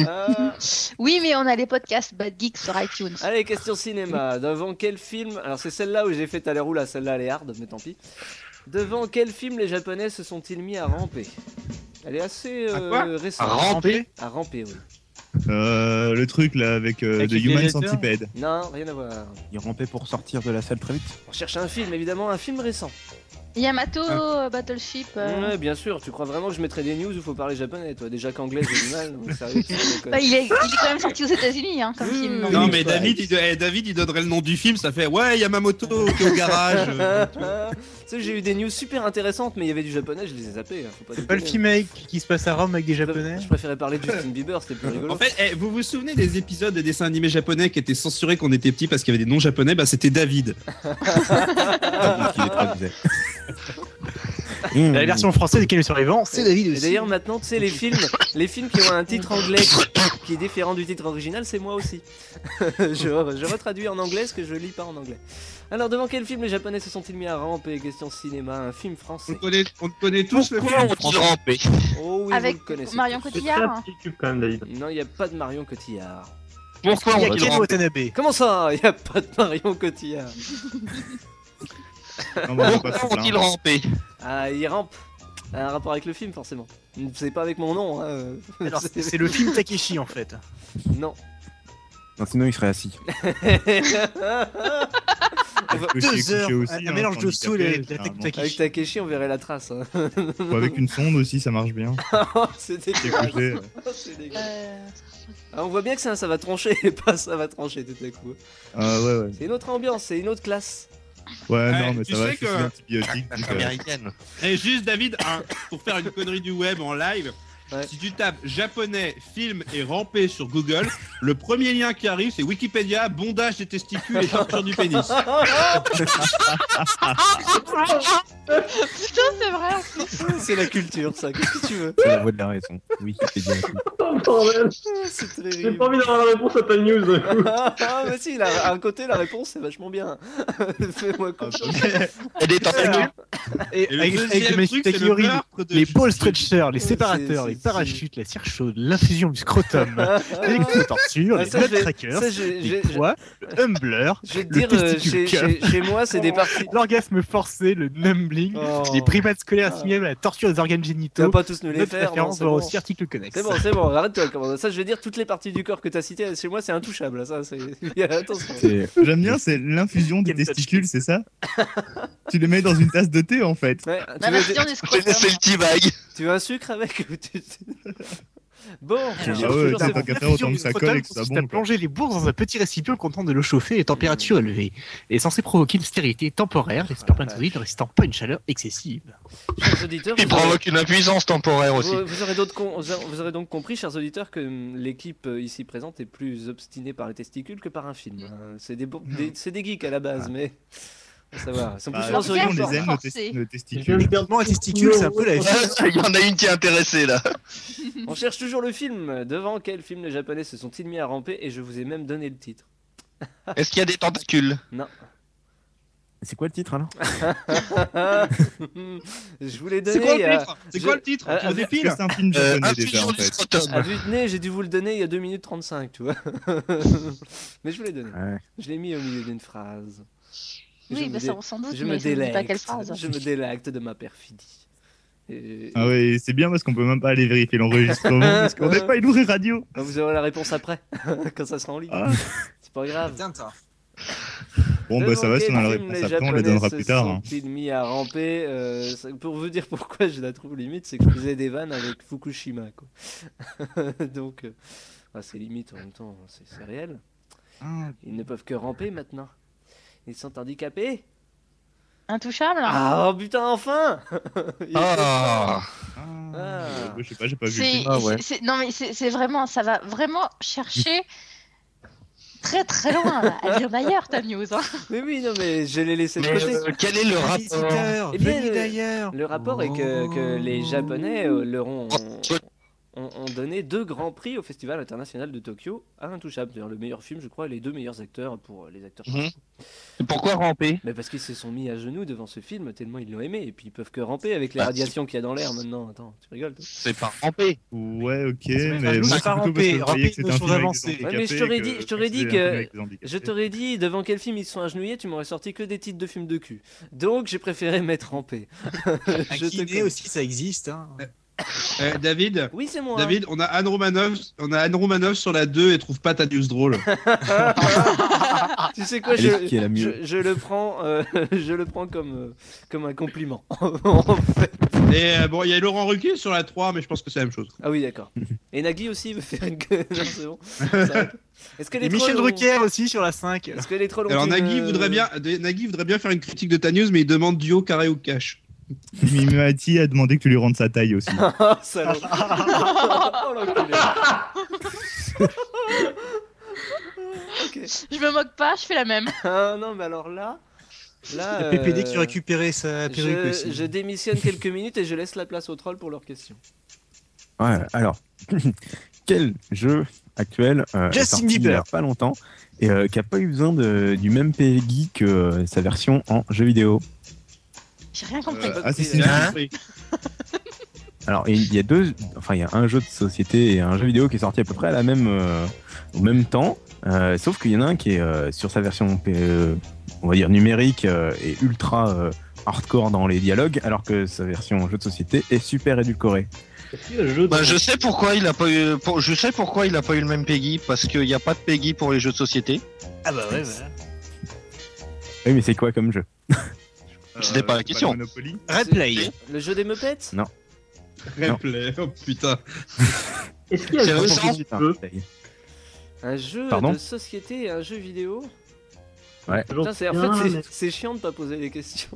Speaker 2: Ah,
Speaker 1: Oui, mais on a les podcasts Bad Geeks sur iTunes.
Speaker 2: Allez, question cinéma. Devant quel film Alors c'est celle-là où j'ai fait à l'air roule, celle-là elle est hard, mais tant pis. Devant quel film les Japonais se sont-ils mis à ramper Elle est assez
Speaker 8: À
Speaker 2: euh,
Speaker 8: quoi
Speaker 2: récente.
Speaker 7: Ramper
Speaker 2: À ramper, oui.
Speaker 3: Euh, le truc là avec euh,
Speaker 13: Avec
Speaker 3: The
Speaker 13: les
Speaker 3: Human
Speaker 13: gladiateurs
Speaker 3: Centipede.
Speaker 2: Non, rien à voir.
Speaker 13: Il rampait pour sortir de la salle très vite.
Speaker 2: On cherche un film, évidemment, un film récent.
Speaker 1: Yamato, euh, Battleship. euh,
Speaker 2: Ouais, bien sûr, tu crois vraiment que je mettrais des news où faut parler japonais, toi Déjà qu'anglais, j'ai du mal, donc sérieux, tu déconnes.
Speaker 1: bah, il, est, il est quand même sorti aux États-Unis hein, comme
Speaker 2: Oui,
Speaker 1: film.
Speaker 2: oui,
Speaker 1: donc.
Speaker 2: oui.
Speaker 8: non mais David il, do- eh, David, il donnerait le nom du film, ça fait ouais, Yamamoto qui est au garage. euh, tu vois.
Speaker 2: Tu sais, j'ai eu des news super intéressantes, mais il y avait du japonais, je les ai zappés. hein, faut pas
Speaker 6: C'est pas le
Speaker 2: déconner.
Speaker 6: film avec- qui se passe à Rome avec des
Speaker 2: Je-
Speaker 6: japonais
Speaker 2: Je préférais parler de Justin Bieber, c'était plus rigolo.
Speaker 8: En fait, eh, vous vous souvenez des épisodes des dessins animés japonais qui étaient censurés quand on était petits parce qu'il y avait des noms japonais Bah c'était David.
Speaker 6: La version française des Canuts survivants, c'est David
Speaker 2: Hmm. Et
Speaker 6: aussi.
Speaker 2: d'ailleurs, maintenant, tu sais, les films, les films qui ont un titre anglais qui est différent du titre original, c'est moi aussi. je, je retraduis en anglais ce que je lis pas en anglais. Alors, devant quel film les japonais se sont-ils mis à ramper Question cinéma, un film
Speaker 8: On
Speaker 2: français.
Speaker 8: connaît, on connaît tous le
Speaker 7: Pourquoi
Speaker 8: film.
Speaker 7: ont-ils rampé
Speaker 2: Oh oui,
Speaker 1: Avec
Speaker 2: vous le connaissez.
Speaker 1: Marion
Speaker 13: C'est
Speaker 1: Cotillard.
Speaker 13: très
Speaker 1: hein.
Speaker 13: petit cube quand même, David.
Speaker 2: Non, il n'y a pas de Marion Cotillard.
Speaker 7: Pourquoi
Speaker 6: Il y a
Speaker 7: ont-ils
Speaker 6: Ken
Speaker 7: rampé
Speaker 6: Watanabe.
Speaker 2: Comment ça Il n'y a pas de Marion Cotillard
Speaker 3: Non, mais on va pas se
Speaker 7: Pourquoi ont-ils
Speaker 3: plaindre.
Speaker 7: rampé
Speaker 2: Ah, il rampe. Un rapport avec le film, forcément. C'est pas avec mon nom. hein.
Speaker 6: Alors,
Speaker 2: C'est-
Speaker 6: c'est c'est le film Takeshi en fait.
Speaker 2: Non.
Speaker 13: Non, sinon il serait assis.
Speaker 2: avec
Speaker 3: Takeshi est
Speaker 6: Deux
Speaker 3: couché
Speaker 6: heures,
Speaker 3: aussi,
Speaker 6: un,
Speaker 3: hein,
Speaker 6: mélange de
Speaker 3: handicapé,
Speaker 6: soul et de la
Speaker 3: généralement.
Speaker 6: Takeshi.
Speaker 2: Takeshi, on verrait la trace. hein.
Speaker 3: Ou avec une sonde aussi, ça marche bien.
Speaker 2: c'est
Speaker 3: T'es
Speaker 2: dégueulasse.
Speaker 3: couché.
Speaker 2: C'est dégueulasse.
Speaker 1: Euh,
Speaker 2: Ah, on voit bien que ça, ça va trancher et pas ça va trancher tout à coup.
Speaker 3: Ah ouais, ouais.
Speaker 2: C'est une autre ambiance, c'est une autre classe.
Speaker 3: Ouais,
Speaker 8: Ouais,
Speaker 3: non, mais
Speaker 8: tu
Speaker 3: ça va,
Speaker 8: sais
Speaker 3: je suis
Speaker 8: que-
Speaker 3: sous antibiotique. donc, euh,
Speaker 7: Américaine.
Speaker 8: Et juste David, hein, pour faire une connerie du web en live,
Speaker 2: Ouais.
Speaker 8: si tu tapes japonais, film et rampé sur Google, le premier lien qui arrive c'est Wikipédia, bondage des testicules et torture du pénis.
Speaker 1: Putain, c'est vrai.
Speaker 2: c'est la culture, ça. Qu'est-ce que tu veux
Speaker 13: C'est la voix de la raison. Oui, c'est bien.
Speaker 2: Ah,
Speaker 13: Oh, bordel.
Speaker 2: C'est très
Speaker 13: J'ai
Speaker 2: rigolo.
Speaker 13: pas envie d'avoir la réponse à ta news d'un coup.
Speaker 2: Ah, mais si, la- à un côté, la réponse, c'est vachement bien. Fais-moi
Speaker 13: Ah,
Speaker 2: confiance.
Speaker 7: Et des tentacules
Speaker 8: Et le
Speaker 6: Avec- avec
Speaker 8: deuxième
Speaker 6: le
Speaker 8: truc,
Speaker 6: Maki
Speaker 8: c'est le
Speaker 6: Takiori,
Speaker 8: meurtre de
Speaker 6: Les ball stretchers, les
Speaker 2: C'est-
Speaker 6: séparateurs,
Speaker 2: c'est-
Speaker 6: les
Speaker 2: c'est-
Speaker 6: parachutes, la cire chaude, l'infusion du scrotum, l'électro-torture,
Speaker 2: Ah,
Speaker 6: les
Speaker 2: ça, je vais-
Speaker 6: blood trackers,
Speaker 2: Ça, je, je-
Speaker 6: les
Speaker 2: je-
Speaker 6: poids, le humbler,
Speaker 2: je vais te
Speaker 6: Le
Speaker 2: dire, euh,
Speaker 6: testicule
Speaker 2: chez, chez- chez moi, c'est
Speaker 13: Oh.
Speaker 2: des parties.
Speaker 6: l'orgasme forcé, le numbling,
Speaker 2: Oh.
Speaker 6: les primates scolaires
Speaker 2: Ah.
Speaker 6: assimilés à la torture des organes
Speaker 2: Tu vas
Speaker 6: génitaux.
Speaker 2: pas tous nous les
Speaker 6: Notre
Speaker 2: faire. non,
Speaker 6: référence
Speaker 2: C'est
Speaker 6: va
Speaker 2: bon,
Speaker 6: aussi article connexe.
Speaker 2: c'est bon, c'est bon, arrête-toi. Commando. Ça, je vais dire toutes les parties du corps que t'as citées. Chez moi, c'est intouchable. Ça, c'est. Attention.
Speaker 13: C'est
Speaker 3: J'aime bien, c'est l'infusion des
Speaker 6: Ken Watanabe.
Speaker 3: testicules, c'est ça Tu les mets dans une tasse de thé en fait.
Speaker 9: Bah,
Speaker 2: Ouais, tu,
Speaker 1: La
Speaker 2: veux,
Speaker 1: version du
Speaker 7: J'ai
Speaker 1: scrotum.
Speaker 7: laissé le petit vague.
Speaker 2: tu veux un sucre avec ou tu- Bon,
Speaker 6: Ah
Speaker 3: Ah ouais, t'as pas qu'à faire autant que ça colle et que ça
Speaker 6: consiste à
Speaker 3: bombe. quoi.
Speaker 6: plonger les bourses dans un petit récipient contenant de l'eau chauffée à température élevée et censé provoquer une stérilité temporaire, les spermatozoïdes ne résistant pas à une chaleur excessive.
Speaker 2: chers auditeurs,
Speaker 7: Il
Speaker 2: vous aurez-
Speaker 7: provoque une impuissance temporaire aussi.
Speaker 2: Vous, vous aurez d'autres con- vous aurez- vous aurez donc compris, chers auditeurs, que hum, l'équipe euh, ici présente est plus obstinée par les testicules que par un film. hein. C'est des, bour- des- c'est des geeks à la base, mais. Faut savoir. Ils sont plus
Speaker 3: Bah,
Speaker 2: souvent
Speaker 1: Alors,
Speaker 2: sur
Speaker 1: bien
Speaker 3: on
Speaker 2: YouTube.
Speaker 3: les aime, nos
Speaker 1: forcé.
Speaker 3: testi- nos
Speaker 13: Je
Speaker 3: testicules.
Speaker 6: Moi, testicule, c'est un peu la vie.
Speaker 7: Il y en a une qui est intéressée là.
Speaker 2: On cherche toujours le film. Devant quel film les Japonais se sont-ils mis à ramper Et je vous ai même donné le titre.
Speaker 7: Est-ce qu'il y a des tentacules
Speaker 13: C'est quoi le titre alors
Speaker 2: je vous l'ai donné.
Speaker 8: C'est quoi le
Speaker 2: à-
Speaker 8: titre C'est
Speaker 2: je-
Speaker 8: quoi le titre
Speaker 2: Ah,
Speaker 8: Tu le
Speaker 2: ah,
Speaker 3: Est-ce
Speaker 8: défiles
Speaker 3: que C'est un film
Speaker 7: Euh,
Speaker 3: japonais déjà
Speaker 7: Infusion
Speaker 3: en
Speaker 7: du
Speaker 3: fait.
Speaker 7: scrotum.
Speaker 2: À vue de nez, Ah, j'ai dû vous le donner il y a 2 minutes 35, tu vois. Mais je vous l'ai donné.
Speaker 13: Ouais.
Speaker 2: Je l'ai mis au milieu d'une phrase. Et je
Speaker 1: Oui,
Speaker 2: me
Speaker 1: bah,
Speaker 2: dé-
Speaker 1: ça, on s'en doute,
Speaker 2: je
Speaker 1: mais
Speaker 2: me
Speaker 1: je ne dis pas
Speaker 2: délecte.
Speaker 1: quelle phrase.
Speaker 2: Je me délecte de ma perfidie. Et-
Speaker 3: Ah ouais, c'est bien parce qu'on peut même pas aller vérifier l'enregistrement parce qu'on n'est pas une vraie radio.
Speaker 2: Ah, Vous aurez la réponse après, quand ça sera en ligne.
Speaker 3: Ah.
Speaker 2: C'est pas grave.
Speaker 3: Bon bah ça va, si on a la
Speaker 2: Devant quel
Speaker 3: réponse
Speaker 2: film
Speaker 3: après, on
Speaker 2: les
Speaker 3: la donnera
Speaker 2: Japonais
Speaker 3: plus tard.
Speaker 2: se
Speaker 3: hein.
Speaker 2: sont-ils mis à ramper euh, ça- Pour vous dire pourquoi je la trouve limite, c'est que je faisais des vannes avec Fukushima. Quoi. Donc, euh, ah, c'est limite en même temps, c'est c'est réel.
Speaker 6: Ah,
Speaker 2: Ils ne peuvent que ramper maintenant. Ils sont handicapés.
Speaker 1: Intouchable hein.
Speaker 2: Ah oh, putain, enfin Ils-
Speaker 7: Ah,
Speaker 2: Ah.
Speaker 3: hein. Je sais pas, j'ai pas vu. le
Speaker 1: C'est-
Speaker 3: film.
Speaker 13: Ah ouais.
Speaker 1: c'est- c'est- Non mais c'est c'est vraiment, ça va vraiment chercher très très loin. Là. Elle vient d'ailleurs ta news. Hein.
Speaker 2: Mais oui, non, mais je l'ai laissé de
Speaker 7: mais
Speaker 2: côté.
Speaker 7: euh, quel est le rapport
Speaker 2: Eh bien, venez le- Le rapport est que, que
Speaker 7: Oh.
Speaker 2: les Japonais euh, leur ont, ont- ont donné deux grands prix au Festival international de Tokyo à Intouchable. D'ailleurs, le meilleur film, je crois, et les deux meilleurs acteurs pour euh, les acteurs.
Speaker 7: Mhm. Pourquoi ramper
Speaker 2: Mais parce qu'ils se sont mis à genoux devant ce film tellement ils l'ont aimé. Et puis ils peuvent que ramper avec les
Speaker 7: Bah,
Speaker 2: radiations qu'il y a dans l'air maintenant. Attends, tu rigoles toi
Speaker 7: C'est pas ramper.
Speaker 3: Ouais, ok,
Speaker 6: pas
Speaker 3: mais
Speaker 6: nous,
Speaker 3: moi,
Speaker 6: c'est
Speaker 3: c'est plutôt parce
Speaker 6: pas ramper,
Speaker 3: que je voyais que c'était un
Speaker 6: ramper, nos
Speaker 3: film avec
Speaker 6: choses
Speaker 3: des
Speaker 6: avancées.
Speaker 3: handicapés
Speaker 2: Ouais, mais je t'aurais
Speaker 3: que-
Speaker 2: dit- je t'aurais dit
Speaker 3: c'était un film
Speaker 2: que-
Speaker 3: avec des handicapés.
Speaker 2: Je t'aurais dit devant quel film ils se sont agenouillés, tu m'aurais sorti que des titres de films de cul. Donc j'ai préféré mettre ramper. je te connais.
Speaker 6: aussi, ça existe. hein.
Speaker 2: ah.
Speaker 8: Eh, David
Speaker 2: Oui, c'est moi. hein.
Speaker 8: David, on a Anne Romanov, on a Anne Romanov sur la 2 et trouve pas ta news drôle.
Speaker 2: tu sais quoi,
Speaker 13: Elle est
Speaker 2: je,
Speaker 13: Ah, qui est la mieux
Speaker 2: je, je le prends, euh, je le prends comme, euh, comme un compliment. En fait.
Speaker 8: Et euh, bon, il y a Laurent Ruquier sur la 3, mais je pense que c'est la même chose.
Speaker 2: ah oui, d'accord. Et Nagui aussi veut faire une gueule. Non, c'est bon. Ça- Est-ce que les
Speaker 6: Et Michel
Speaker 2: trolls ont-
Speaker 6: Drucker aussi sur la 5.
Speaker 2: Est-ce que les trolls ont
Speaker 8: Alors
Speaker 2: une,
Speaker 8: Nagui
Speaker 2: euh,
Speaker 8: voudrait bien, Nagui voudrait bien faire une critique de ta news, mais il demande duo carré ou cash.
Speaker 3: Mimati a demandé que tu lui rendes sa taille aussi.
Speaker 2: Oh, salaud. Oh, l'enculé. Ok.
Speaker 1: Je me moque pas, je fais la même.
Speaker 2: Ah, non, mais alors là, là.
Speaker 6: Le PPD qui
Speaker 2: euh,
Speaker 6: récupérait sa perruque
Speaker 2: Je,
Speaker 6: aussi.
Speaker 2: je démissionne quelques minutes et je laisse la place aux trolls pour leurs questions.
Speaker 13: Ouais, alors, quel jeu actuel euh,
Speaker 6: Justin
Speaker 13: est sorti il y
Speaker 6: Bieber.
Speaker 13: a pas longtemps et euh, qui a pas eu besoin de- du même PEGI que euh, sa version en jeu vidéo
Speaker 1: J'ai rien compris.
Speaker 3: Euh,
Speaker 8: C'est
Speaker 3: Assassin's Creed.
Speaker 8: la même
Speaker 7: Hein
Speaker 8: prix.
Speaker 13: Alors, il y a deux, enfin, il y a un jeu de société et un jeu vidéo qui est sorti à peu près à la même, euh, au même temps, euh, sauf qu'il y en a un qui est euh, sur sa version, P- euh, on va dire numérique euh, et ultra euh, hardcore dans les dialogues, alors que sa version jeu de société est super édulcorée.
Speaker 7: Bah, je sais pourquoi il a pas eu. pour- je sais pourquoi il a pas eu le même Peggy parce qu'il n'y a pas de Peggy pour les jeux de société.
Speaker 6: Ah bah ouais, voilà.
Speaker 13: Oui, mais c'est quoi comme jeu
Speaker 7: C'était pas la
Speaker 3: Euh,
Speaker 7: question.
Speaker 3: Monopoly.
Speaker 6: Red Play.
Speaker 2: Le jeu des meupettes
Speaker 8: Replay, oh putain.
Speaker 13: Est-ce qu'il
Speaker 7: y a un jeu sans
Speaker 2: Un jeu
Speaker 13: Pardon
Speaker 2: de société et un jeu vidéo
Speaker 13: Ouais.
Speaker 2: Putain, c'est- en fait, c'est- c'est chiant de pas poser les questions.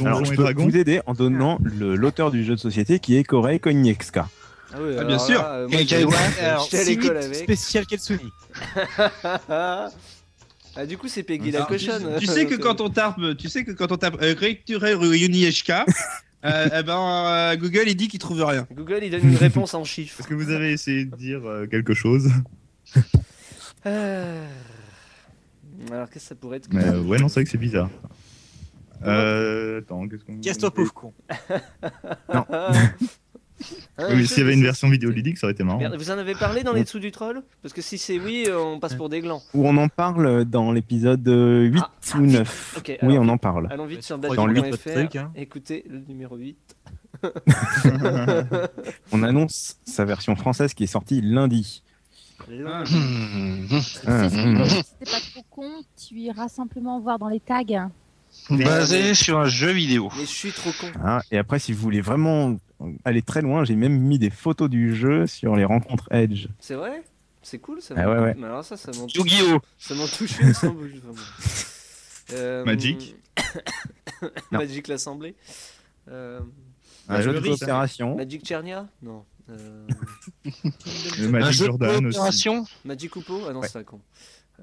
Speaker 13: Alors,
Speaker 3: Donjons
Speaker 13: je
Speaker 3: et
Speaker 13: peux
Speaker 3: Dragons.
Speaker 13: vous aider en donnant le- l'auteur du jeu de société qui est Korei Konietzka.
Speaker 2: Ah, oui,
Speaker 8: Ah, bien sûr.
Speaker 7: Quel- quel-
Speaker 2: J'étais à l'école avec.
Speaker 6: spécial Kelsuni.
Speaker 2: ah, du coup, c'est Peggy la
Speaker 8: Alors, tu-
Speaker 2: cochonne.
Speaker 8: Tu, sais que quand on tape, tu sais que quand on tape euh, Recture Unieshka, euh, eh ben euh, Google il dit qu'il trouve rien.
Speaker 2: Google, il donne une réponse en chiffres.
Speaker 3: Est-ce que vous avez essayé de dire euh, quelque chose
Speaker 2: Euh, Alors, qu'est-ce que ça pourrait être
Speaker 3: Mais, euh, Ouais, non, c'est vrai que c'est bizarre. Euh, attends, qu'est-ce qu'on.
Speaker 6: Casse-toi, pauvre con.
Speaker 2: Hein, Un
Speaker 3: Oui, mais
Speaker 2: jeu
Speaker 3: s'il y avait
Speaker 2: de
Speaker 3: une
Speaker 2: so-
Speaker 3: version vidéoludique, ça aurait été marrant.
Speaker 2: Merde, vous en avez parlé dans les dessous du troll Parce que si c'est oui, euh, on passe pour des glands.
Speaker 13: Où on en parle dans l'épisode euh, 8 ou 9.
Speaker 2: Ah, Ok,
Speaker 13: oui,
Speaker 2: alors-
Speaker 13: on en parle.
Speaker 2: Allons vite sur
Speaker 13: Dans le
Speaker 6: truc,
Speaker 2: battle.fr.
Speaker 6: hein.
Speaker 2: Écoutez le numéro 8.
Speaker 13: On annonce sa version française qui est sortie lundi.
Speaker 2: L'an-
Speaker 7: Hmm, hmm.
Speaker 13: Ah,
Speaker 9: Si
Speaker 13: mm.
Speaker 9: c'était
Speaker 13: ouais,
Speaker 9: si t'es pas trop con, tu iras simplement voir dans les tags
Speaker 7: Basé sur un jeu vidéo.
Speaker 2: Mais je suis trop con.
Speaker 13: Hein, et après, si vous voulez vraiment aller très loin, j'ai même mis des photos du jeu sur les rencontres Edge.
Speaker 2: C'est vrai C'est cool ça.
Speaker 13: Ah ouais, ouais.
Speaker 2: Mais alors ça, ça m'en touche.
Speaker 7: Yu-Gi-Oh!
Speaker 2: Ça m'en touche une sans bouche. vraiment. Euh,
Speaker 3: Magic.
Speaker 13: Non.
Speaker 2: Magic l'Assemblée. Euh,
Speaker 13: Un
Speaker 3: Ah,
Speaker 13: jeu
Speaker 3: je
Speaker 13: de
Speaker 3: ris,
Speaker 8: hein.
Speaker 3: ça.
Speaker 13: coopération.
Speaker 2: Magic Chernia Non. Euh,
Speaker 3: Le
Speaker 7: Un
Speaker 3: Magic
Speaker 7: jeu
Speaker 3: Jordan
Speaker 7: de
Speaker 3: aussi.
Speaker 7: coopération.
Speaker 2: Magic Coupeau Ah non, c'est un con.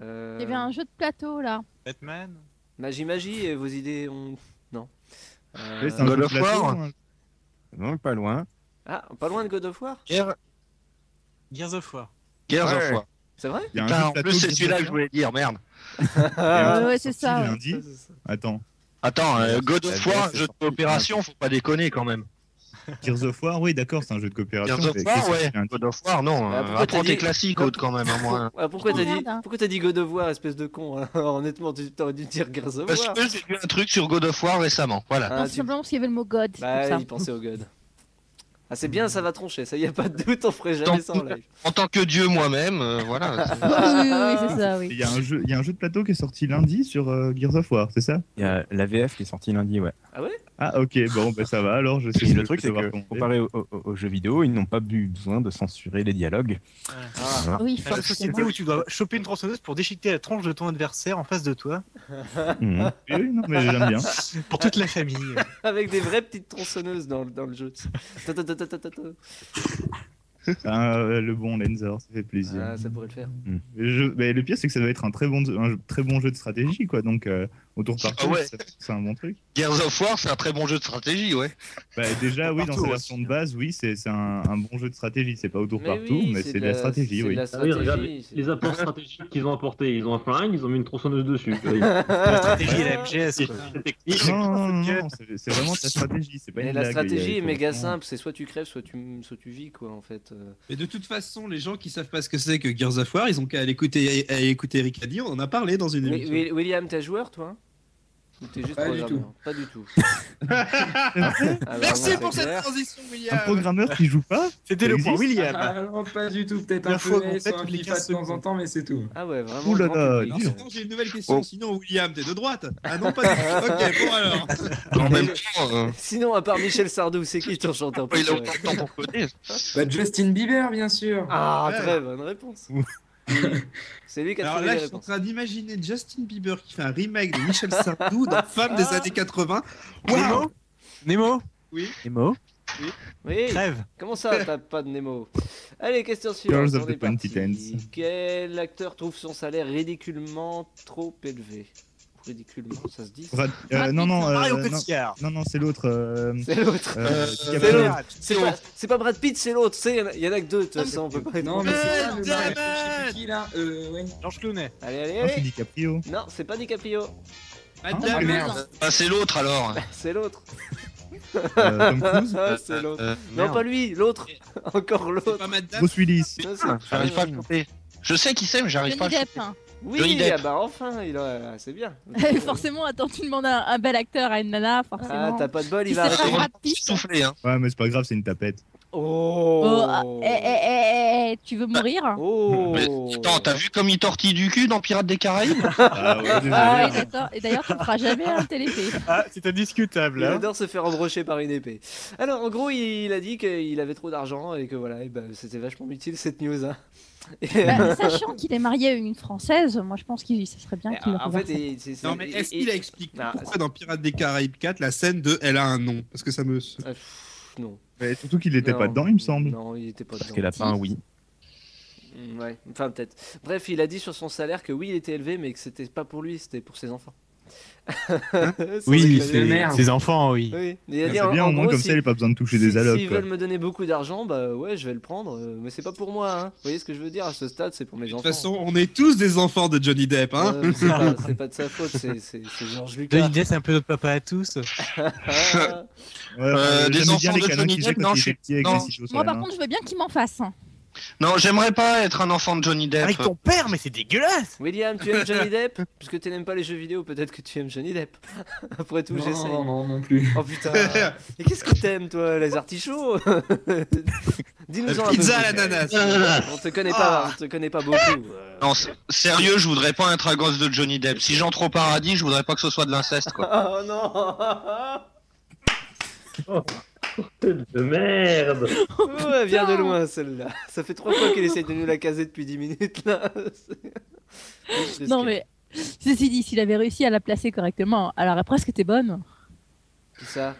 Speaker 2: Euh,
Speaker 9: Il y avait un jeu de plateau là.
Speaker 14: Batman
Speaker 2: Magie Magie, et vos idées ont. Non. Euh,
Speaker 3: Ouais, c'est un
Speaker 7: God
Speaker 3: jeu
Speaker 7: of
Speaker 3: de plateau,
Speaker 7: War.
Speaker 3: hein.
Speaker 13: Non, pas loin.
Speaker 2: Ah, pas loin de God of War
Speaker 7: Guerre,
Speaker 14: Gears of War.
Speaker 7: Guerre of
Speaker 13: Ouais.
Speaker 7: War.
Speaker 2: C'est vrai
Speaker 3: Il y a un
Speaker 7: Putain,
Speaker 3: jeu de
Speaker 7: en
Speaker 3: plateau
Speaker 7: plus, c'est
Speaker 3: qui
Speaker 7: celui-là que je
Speaker 3: sort
Speaker 7: voulais dire, merde.
Speaker 9: Ouais,
Speaker 2: Ah,
Speaker 9: ouais, c'est ça. ouais.
Speaker 3: lundi. Attends,
Speaker 7: Attends, euh, God
Speaker 13: La
Speaker 7: of
Speaker 13: guerre,
Speaker 7: War,
Speaker 13: c'est
Speaker 7: jeu de
Speaker 13: sorti.
Speaker 7: coopération, faut pas déconner quand même.
Speaker 3: Gears of War, oui, d'accord, c'est un jeu de coopération.
Speaker 7: Gears of
Speaker 3: Bah, mais
Speaker 7: War,
Speaker 3: qu'est-ce que
Speaker 7: ouais.
Speaker 3: c'est un-
Speaker 7: God of War,
Speaker 2: Ah,
Speaker 7: non. euh,
Speaker 2: pourquoi
Speaker 7: Apprends
Speaker 2: t'as
Speaker 7: tes
Speaker 2: dit-
Speaker 7: classiques, autre quand même, à moins.
Speaker 2: Ah, pourquoi t'as dit,
Speaker 9: Merde, hein.
Speaker 2: pourquoi t'as dit God of War, espèce de con hein Alors, Honnêtement, tu t'aurais dû dire Gears of
Speaker 7: Parce
Speaker 2: War.
Speaker 7: que j'ai vu un truc sur God of War récemment, voilà.
Speaker 2: Ah,
Speaker 9: Non,
Speaker 2: tu-
Speaker 9: c'est simplement parce qu'il y avait le mot God. c'est
Speaker 2: Bah,
Speaker 9: pour
Speaker 2: il pensait au God. Ah, c'est bien, ça va troncher, ça y a pas de doute, on ferait jamais
Speaker 7: Tant
Speaker 2: ça en live.
Speaker 7: En tant que dieu moi-même, euh, voilà. c'est-
Speaker 9: ça. oui, oui, oui, c'est ça,
Speaker 3: Il
Speaker 9: oui.
Speaker 3: y, a un jeu, il y a un jeu de plateau qui est sorti lundi sur euh, Gears of War, c'est ça
Speaker 13: Il y a la VF qui est sortie lundi, ouais.
Speaker 3: Ah ok, bon, bah, ça va alors, je sais
Speaker 13: Et
Speaker 3: ce
Speaker 13: le
Speaker 3: je
Speaker 13: truc,
Speaker 3: vais
Speaker 13: c'est
Speaker 3: devoir
Speaker 13: que
Speaker 3: commander.
Speaker 13: comparé au- au- aux, jeux vidéo, ils n'ont pas eu besoin de censurer les dialogues.
Speaker 2: Ah.
Speaker 13: Voilà.
Speaker 9: Oui,
Speaker 6: La société où tu dois choper une tronçonneuse pour déchiqueter la tronche de ton adversaire en face de toi,
Speaker 13: Mhm.
Speaker 3: Oui, oui, non, mais j'aime bien.
Speaker 6: pour toute la famille.
Speaker 2: Avec des vraies petites tronçonneuses dans, le- dans le jeu. Ta- ta- ta- ta- ta- ta- ta.
Speaker 3: Ah, euh, le bon Lenzor, ça fait plaisir.
Speaker 2: Ah, ça pourrait le faire.
Speaker 3: Mais je- mais le pire, c'est que ça doit être un très bon, un jeu- très bon jeu de stratégie, quoi. Donc, euh, au tour par
Speaker 7: Ah
Speaker 3: tour,
Speaker 7: ouais.
Speaker 3: ça- c'est un bon truc.
Speaker 7: Gears of War, c'est un très bon jeu de stratégie, ouais.
Speaker 3: Bah, déjà, oui, dans
Speaker 6: partout
Speaker 3: sa version de base, oui, c'est c'est un, un bon jeu de stratégie. C'est pas au tour
Speaker 2: Mais
Speaker 3: par
Speaker 2: oui,
Speaker 3: tour, mais c'est de la stratégie,
Speaker 2: c'est de
Speaker 3: oui.
Speaker 2: la
Speaker 11: Ah oui,
Speaker 2: stratégie,
Speaker 11: regarde
Speaker 2: c'est-
Speaker 11: les apports stratégiques qu'ils ont apportés. Ils ont un flingue, ils ont mis une tronçonneuse dessus.
Speaker 6: La stratégie et la MGS,
Speaker 11: C'est
Speaker 6: quoi.
Speaker 11: technique.
Speaker 3: Non, non, non, non, c'est c'est vraiment de la stratégie. C'est pas
Speaker 2: Mais
Speaker 3: une
Speaker 2: la
Speaker 3: blague, il y
Speaker 2: stratégie
Speaker 3: a-
Speaker 2: est
Speaker 3: faut
Speaker 2: méga
Speaker 3: vraiment-
Speaker 2: simple, c'est soit tu crèves, soit tu, soit tu vis, quoi, en fait. euh.
Speaker 8: Mais de toute façon, les gens qui savent pas ce que c'est que Gears of War, ils ont qu'à aller écouter, à écouter Eric Addy, on en a parlé dans une
Speaker 2: Wi-
Speaker 8: émission.
Speaker 2: Wi- William, t'es joueur, toi Ou t'es juste
Speaker 5: Pas du
Speaker 2: programmeur Pas du tout. Ah,
Speaker 8: Merci
Speaker 2: vraiment,
Speaker 8: pour
Speaker 2: c'est
Speaker 8: cette
Speaker 2: clair.
Speaker 8: transition,
Speaker 3: Un
Speaker 8: William
Speaker 3: programmeur qui joue pas
Speaker 6: C'était le point
Speaker 3: existe
Speaker 6: William.
Speaker 5: Ah non, pas du tout, peut-être
Speaker 6: La
Speaker 5: un
Speaker 6: fois
Speaker 5: peu
Speaker 6: qu'on
Speaker 5: mais
Speaker 6: fait
Speaker 5: sur un
Speaker 6: toutes les
Speaker 5: FIFA
Speaker 6: 15
Speaker 5: de temps en temps, mais c'est tout.
Speaker 2: Ah ouais, vraiment.
Speaker 3: Ouh là
Speaker 2: grand
Speaker 3: là,
Speaker 2: public,
Speaker 8: Alors,
Speaker 3: dur.
Speaker 2: ça.
Speaker 8: sinon, j'ai une nouvelle question.
Speaker 7: Oh.
Speaker 8: Sinon, William, t'es de droite Ah non, pas du tout. Ok, bon alors.
Speaker 7: En même temps, euh,
Speaker 2: Sinon, à part Michel Sardou, c'est qui ton chanteur
Speaker 7: Ah, il a
Speaker 2: préféré
Speaker 7: autant de temps pour coder.
Speaker 5: Bah, Justin Bieber, bien sûr.
Speaker 2: Ah,
Speaker 8: Ouais.
Speaker 2: très bonne réponse. C'est lui qui a
Speaker 8: Alors
Speaker 2: trouvé
Speaker 8: là,
Speaker 2: les
Speaker 8: je suis en
Speaker 2: réponses.
Speaker 8: train d'imaginer Justin Bieber qui fait un remake de Michel Sardou dans Femme des années 80. Waouh
Speaker 6: Nemo Nemo
Speaker 8: Oui.
Speaker 6: Nemo
Speaker 2: Oui,
Speaker 6: Rêve
Speaker 2: comment ça, t'as pas de Nemo Allez, question suivante.
Speaker 3: Girls of
Speaker 2: on
Speaker 3: the
Speaker 2: est parti.
Speaker 3: Pentitens.
Speaker 2: Quel acteur trouve son salaire ridiculement trop élevé Ridiculement, ça se dit ça
Speaker 3: Brad- euh, non, non, euh,
Speaker 6: Mario
Speaker 3: non,
Speaker 6: Cotillard
Speaker 3: non, non, c'est l'autre. euh,
Speaker 2: C'est l'autre.
Speaker 3: euh,
Speaker 7: c'est
Speaker 3: Captain-
Speaker 7: l'autre.
Speaker 2: C'est pas, c'est pas Brad Pitt, c'est l'autre. C'est- Il y en a que deux, de toute façon, on peut pas être
Speaker 5: Non, mais
Speaker 2: trois.
Speaker 5: c'est pas le
Speaker 8: Damn
Speaker 5: mariage, je sais plus qui là. Euh, ouais.
Speaker 6: Georges Clooney
Speaker 2: Allez, allez,
Speaker 3: Non, Ah, c'est
Speaker 2: allez.
Speaker 3: DiCaprio.
Speaker 2: Non, c'est pas DiCaprio,
Speaker 3: Ah,
Speaker 8: Madame,
Speaker 9: merde.
Speaker 7: Bah, c'est l'autre alors.
Speaker 2: c'est l'autre.
Speaker 3: Euh, Tom Cruise.
Speaker 2: c'est l'autre.
Speaker 7: Euh,
Speaker 2: Non,
Speaker 7: merde.
Speaker 2: pas lui, l'autre. Encore
Speaker 8: c'est
Speaker 2: l'autre.
Speaker 8: pas Madame.
Speaker 3: Bruce Willis.
Speaker 2: Non, c'est-
Speaker 7: J'arrive
Speaker 9: Ah,
Speaker 7: pas à le choper. Je sais qui c'est, mais j'arrive pas à
Speaker 9: Johnny
Speaker 7: le
Speaker 9: Depp,
Speaker 7: choper.
Speaker 9: hein.
Speaker 7: Johnny
Speaker 2: Oui,
Speaker 7: Depp.
Speaker 2: ah bah enfin, il a... c'est bien.
Speaker 9: forcément, attends, tu demandes un, un bel acteur à une nana,
Speaker 2: Ah,
Speaker 9: forcément.
Speaker 2: t'as pas de bol, il
Speaker 9: Il
Speaker 2: va
Speaker 9: s'est
Speaker 2: arrêter.
Speaker 9: pas-
Speaker 7: Vraiment
Speaker 9: Brad Pitt.
Speaker 7: soufflé, hein.
Speaker 3: Ouais, mais c'est pas grave, c'est une tapette.
Speaker 9: Oh,
Speaker 2: Oh.
Speaker 9: ah, eh, eh, eh, eh, tu veux mourir
Speaker 2: Oh.
Speaker 7: Mais attends, t'as vu comme il tortille du cul dans Pirates des Caraïbes
Speaker 3: Ah ouais, désolé.
Speaker 9: Ah oui, d'accord. Et d'ailleurs, tu ne feras jamais un téléfilm.
Speaker 6: Ah, c'est indiscutable
Speaker 2: Il
Speaker 6: hein.
Speaker 2: adore se faire embrocher par une épée. Alors, en gros, il a dit qu'il avait trop d'argent et que voilà, et ben, c'était vachement utile cette news. hein. Et,
Speaker 9: Bah, sachant qu'il est marié à une Française, moi je pense qu'il ça serait bien
Speaker 2: et,
Speaker 9: qu'il le
Speaker 2: en fait,
Speaker 9: reverse.
Speaker 2: et- c'est- c'est-
Speaker 8: Non, mais est-ce
Speaker 2: et-
Speaker 8: qu'il a
Speaker 2: et-
Speaker 8: expliqué
Speaker 2: Non,
Speaker 8: pourquoi dans Pirates des Caraïbes 4, la scène de Elle a un nom Parce que ça me.
Speaker 2: c'est- euh, pff, Non.
Speaker 3: Mais surtout qu'il était
Speaker 2: Non.
Speaker 3: pas dedans, il me semble.
Speaker 2: Non, il était pas
Speaker 13: Parce
Speaker 2: dedans.
Speaker 13: qu'elle a pas un oui.
Speaker 2: Mm, Ouais, enfin peut-être. Bref, il a dit sur son salaire que oui, il était élevé, mais que c'était pas pour lui, c'était pour ses enfants.
Speaker 8: Hein
Speaker 2: Sans déconner.
Speaker 5: c'est- merde.
Speaker 6: ses enfants, oui.
Speaker 2: Oui, mais il a
Speaker 3: C'est
Speaker 2: dit en,
Speaker 3: bien,
Speaker 2: en
Speaker 3: au moins,
Speaker 2: gros,
Speaker 3: comme
Speaker 2: si-
Speaker 3: ça, il a pas besoin de toucher
Speaker 2: si-
Speaker 3: des allocs.
Speaker 2: S'ils
Speaker 3: quoi.
Speaker 2: veulent me donner beaucoup d'argent, bah ouais, je vais le prendre, euh, mais c'est pas pour moi, hein. Vous voyez ce que je veux dire À ce stade, c'est pour mes
Speaker 8: De toute
Speaker 2: enfants.
Speaker 8: façon, on est tous des enfants de Johnny Depp, hein
Speaker 2: Euh, c'est pas, c'est pas de sa faute, c'est- c'est c'est Georges Lucas.
Speaker 6: Johnny Depp, c'est un peu notre papa à tous.
Speaker 2: Ah,
Speaker 3: Ouais,
Speaker 7: Euh,
Speaker 3: j'aimais
Speaker 7: des
Speaker 3: bien
Speaker 7: enfants
Speaker 3: les
Speaker 7: de
Speaker 3: câlins
Speaker 7: Johnny
Speaker 3: qu'il
Speaker 7: Depp,
Speaker 3: faisait
Speaker 7: non,
Speaker 3: quand il
Speaker 7: je suis-
Speaker 3: était petit avec
Speaker 7: non.
Speaker 3: les ciseaux sur
Speaker 9: Moi
Speaker 3: la
Speaker 9: par
Speaker 3: main.
Speaker 9: contre, je veux bien qu'il m'en fasse. hein.
Speaker 7: Non, j'aimerais pas être un enfant de Johnny Depp.
Speaker 6: Ah, Avec ton père, mais c'est dégueulasse
Speaker 2: William, tu aimes Johnny Depp Parce que tu n'aimes pas les jeux vidéo, peut-être que tu aimes Johnny Depp. Après tout, j'essaye.
Speaker 5: Non, non, non plus.
Speaker 2: Oh putain Et qu'est-ce que t'aimes toi Les artichauts Dis-nous
Speaker 7: Pizza à l'ananas.
Speaker 2: On te connaît pas, on te connaît pas beaucoup. euh.
Speaker 7: Non, s- sérieux, je voudrais pas être un gosse de Johnny Depp. Si j'entre au paradis, je voudrais pas que ce soit de l'inceste, quoi.
Speaker 2: Oh non
Speaker 11: De merde
Speaker 2: Oh, Elle vient de loin celle-là. Ça fait trois fois qu'elle essaie de nous la caser depuis 10 minutes là. C'est-
Speaker 9: Non, mais ceci dit, s'il avait réussi à la placer correctement, elle aurait presque été bonne.
Speaker 2: Tout ça.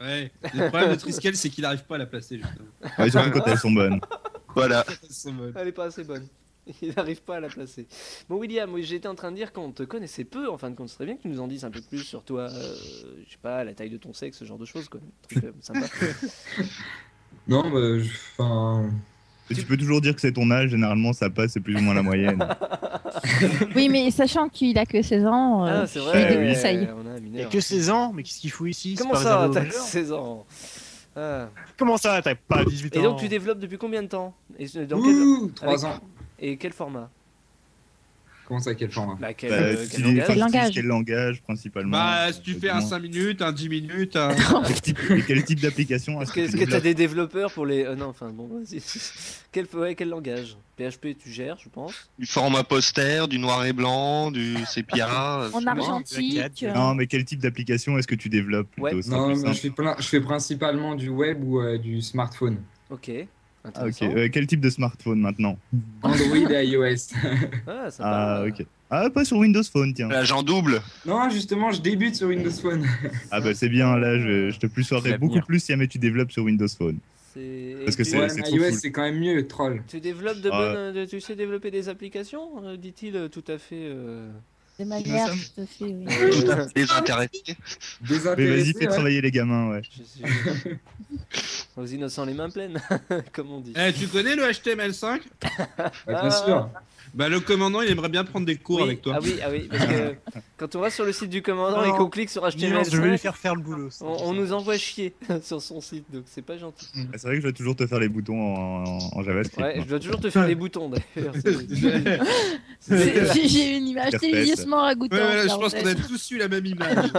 Speaker 8: Ouais. Le problème de Triskel, c'est qu'il arrive pas à la placer, justement.
Speaker 3: Ouais, surtout quand elles sont bonnes.
Speaker 7: Voilà.
Speaker 2: Elle est pas assez bonne. Il n'arrive pas à la placer. Bon, William, oui, j'étais en train de dire qu'on te connaissait peu en fin de compte. Ce serait bien que tu nous en dises un peu plus sur toi, euh, je sais pas, la taille de ton sexe, ce genre de choses, quoi. Un truc euh, sympa.
Speaker 5: Non, bah, je- enfin.
Speaker 3: Et Tu peux toujours dire que c'est ton âge, généralement ça passe, c'est plus ou moins la moyenne. Bah,
Speaker 9: Oui, mais sachant qu'il a que 16 ans, euh,
Speaker 2: Ah, c'est
Speaker 9: je lui
Speaker 2: vrai,
Speaker 9: déconseille.
Speaker 2: on a un
Speaker 6: Il y a
Speaker 2: mineur.
Speaker 6: que 16 ans, mais qu'est-ce qu'il fout ici C'est
Speaker 2: Comment
Speaker 6: pas
Speaker 2: ça,
Speaker 6: réservé aux
Speaker 2: t'as
Speaker 6: mineurs
Speaker 2: 16 ans Ah.
Speaker 6: Comment ça, t'as pas 18 ans
Speaker 2: Et donc, tu développes depuis combien de temps Et ce- dans
Speaker 5: Ouh,
Speaker 2: quel-
Speaker 5: trois ans.
Speaker 2: Et quel format
Speaker 5: Comment ça, quel format
Speaker 2: Bah, quel,
Speaker 3: Bah,
Speaker 2: euh,
Speaker 3: si-
Speaker 2: quel
Speaker 3: enfin,
Speaker 2: langage
Speaker 3: si- Quel langage principalement
Speaker 8: Bah, si tu fais un 5 minutes, un 10 minutes, un.
Speaker 3: Et quel type d'application
Speaker 2: Est-ce que est-ce que t'as des développeurs pour les. euh, non, enfin bon, vas-y. Quel, ouais, quel langage PHP, tu gères, je pense.
Speaker 7: Du format poster, du noir et blanc, du sépia. euh,
Speaker 2: En
Speaker 7: c'est bon.
Speaker 2: argentique,
Speaker 3: Non, mais quel type d'application est-ce que tu développes plutôt ça,
Speaker 5: Non,
Speaker 3: plus
Speaker 5: mais
Speaker 3: simple.
Speaker 5: je fais, plein- je fais principalement du web ou euh, du smartphone.
Speaker 2: Ok.
Speaker 3: Ah, ok. Euh, quel type de smartphone maintenant
Speaker 5: Android et iOS.
Speaker 2: ah,
Speaker 3: Ah, ok. Ah, pas sur Windows Phone, tiens.
Speaker 7: L'agent double.
Speaker 5: Non, justement, je débute sur Windows Phone.
Speaker 3: Ah, bah c'est bien, là, je, je te plus
Speaker 5: C'est l'avenir.
Speaker 3: beaucoup plus si jamais tu développes sur Windows Phone.
Speaker 2: C'est-
Speaker 3: Parce que c'est
Speaker 5: Ouais,
Speaker 3: c'est
Speaker 5: mais
Speaker 3: trop
Speaker 5: iOS,
Speaker 3: cool.
Speaker 5: c'est quand même mieux, troll.
Speaker 2: Tu développes de
Speaker 3: Ah,
Speaker 2: bonnes. de- tu sais développer des applications euh, Dit-il euh, tout à fait. euh,
Speaker 9: De manière
Speaker 2: sommes-
Speaker 9: tout à fait, oui.
Speaker 7: Tout à fait
Speaker 9: Ah,
Speaker 7: désintéressé.
Speaker 3: Mais vas-y, fais travailler les gamins, ouais.
Speaker 2: Aux innocents les mains pleines, comme on dit.
Speaker 8: Eh, tu connais le HTML5
Speaker 2: bien sûr.
Speaker 8: Bah, le commandant, il aimerait bien prendre des cours
Speaker 2: Oui,
Speaker 8: avec toi.
Speaker 2: Ah oui, ah oui, parce que quand on va sur le site du commandant et
Speaker 8: Non.
Speaker 2: qu'on clique sur HTML,
Speaker 6: Nuance, je vais lui faire faire le boulot.
Speaker 2: on, on nous envoie chier sur son site, donc c'est pas gentil.
Speaker 3: Ah, C'est vrai que je dois toujours te faire les boutons en, en- en JavaScript.
Speaker 2: Mm. Ouais,
Speaker 3: moi.
Speaker 2: je dois toujours te faire les boutons d'ailleurs. C'est-
Speaker 9: J'ai- J'ai j'ai une image
Speaker 3: Perfect.
Speaker 9: délicieusement ragoûtante.
Speaker 8: Ouais, voilà,
Speaker 9: là,
Speaker 8: je
Speaker 9: en
Speaker 8: pense
Speaker 9: fait.
Speaker 8: qu'on a tous eu la même image.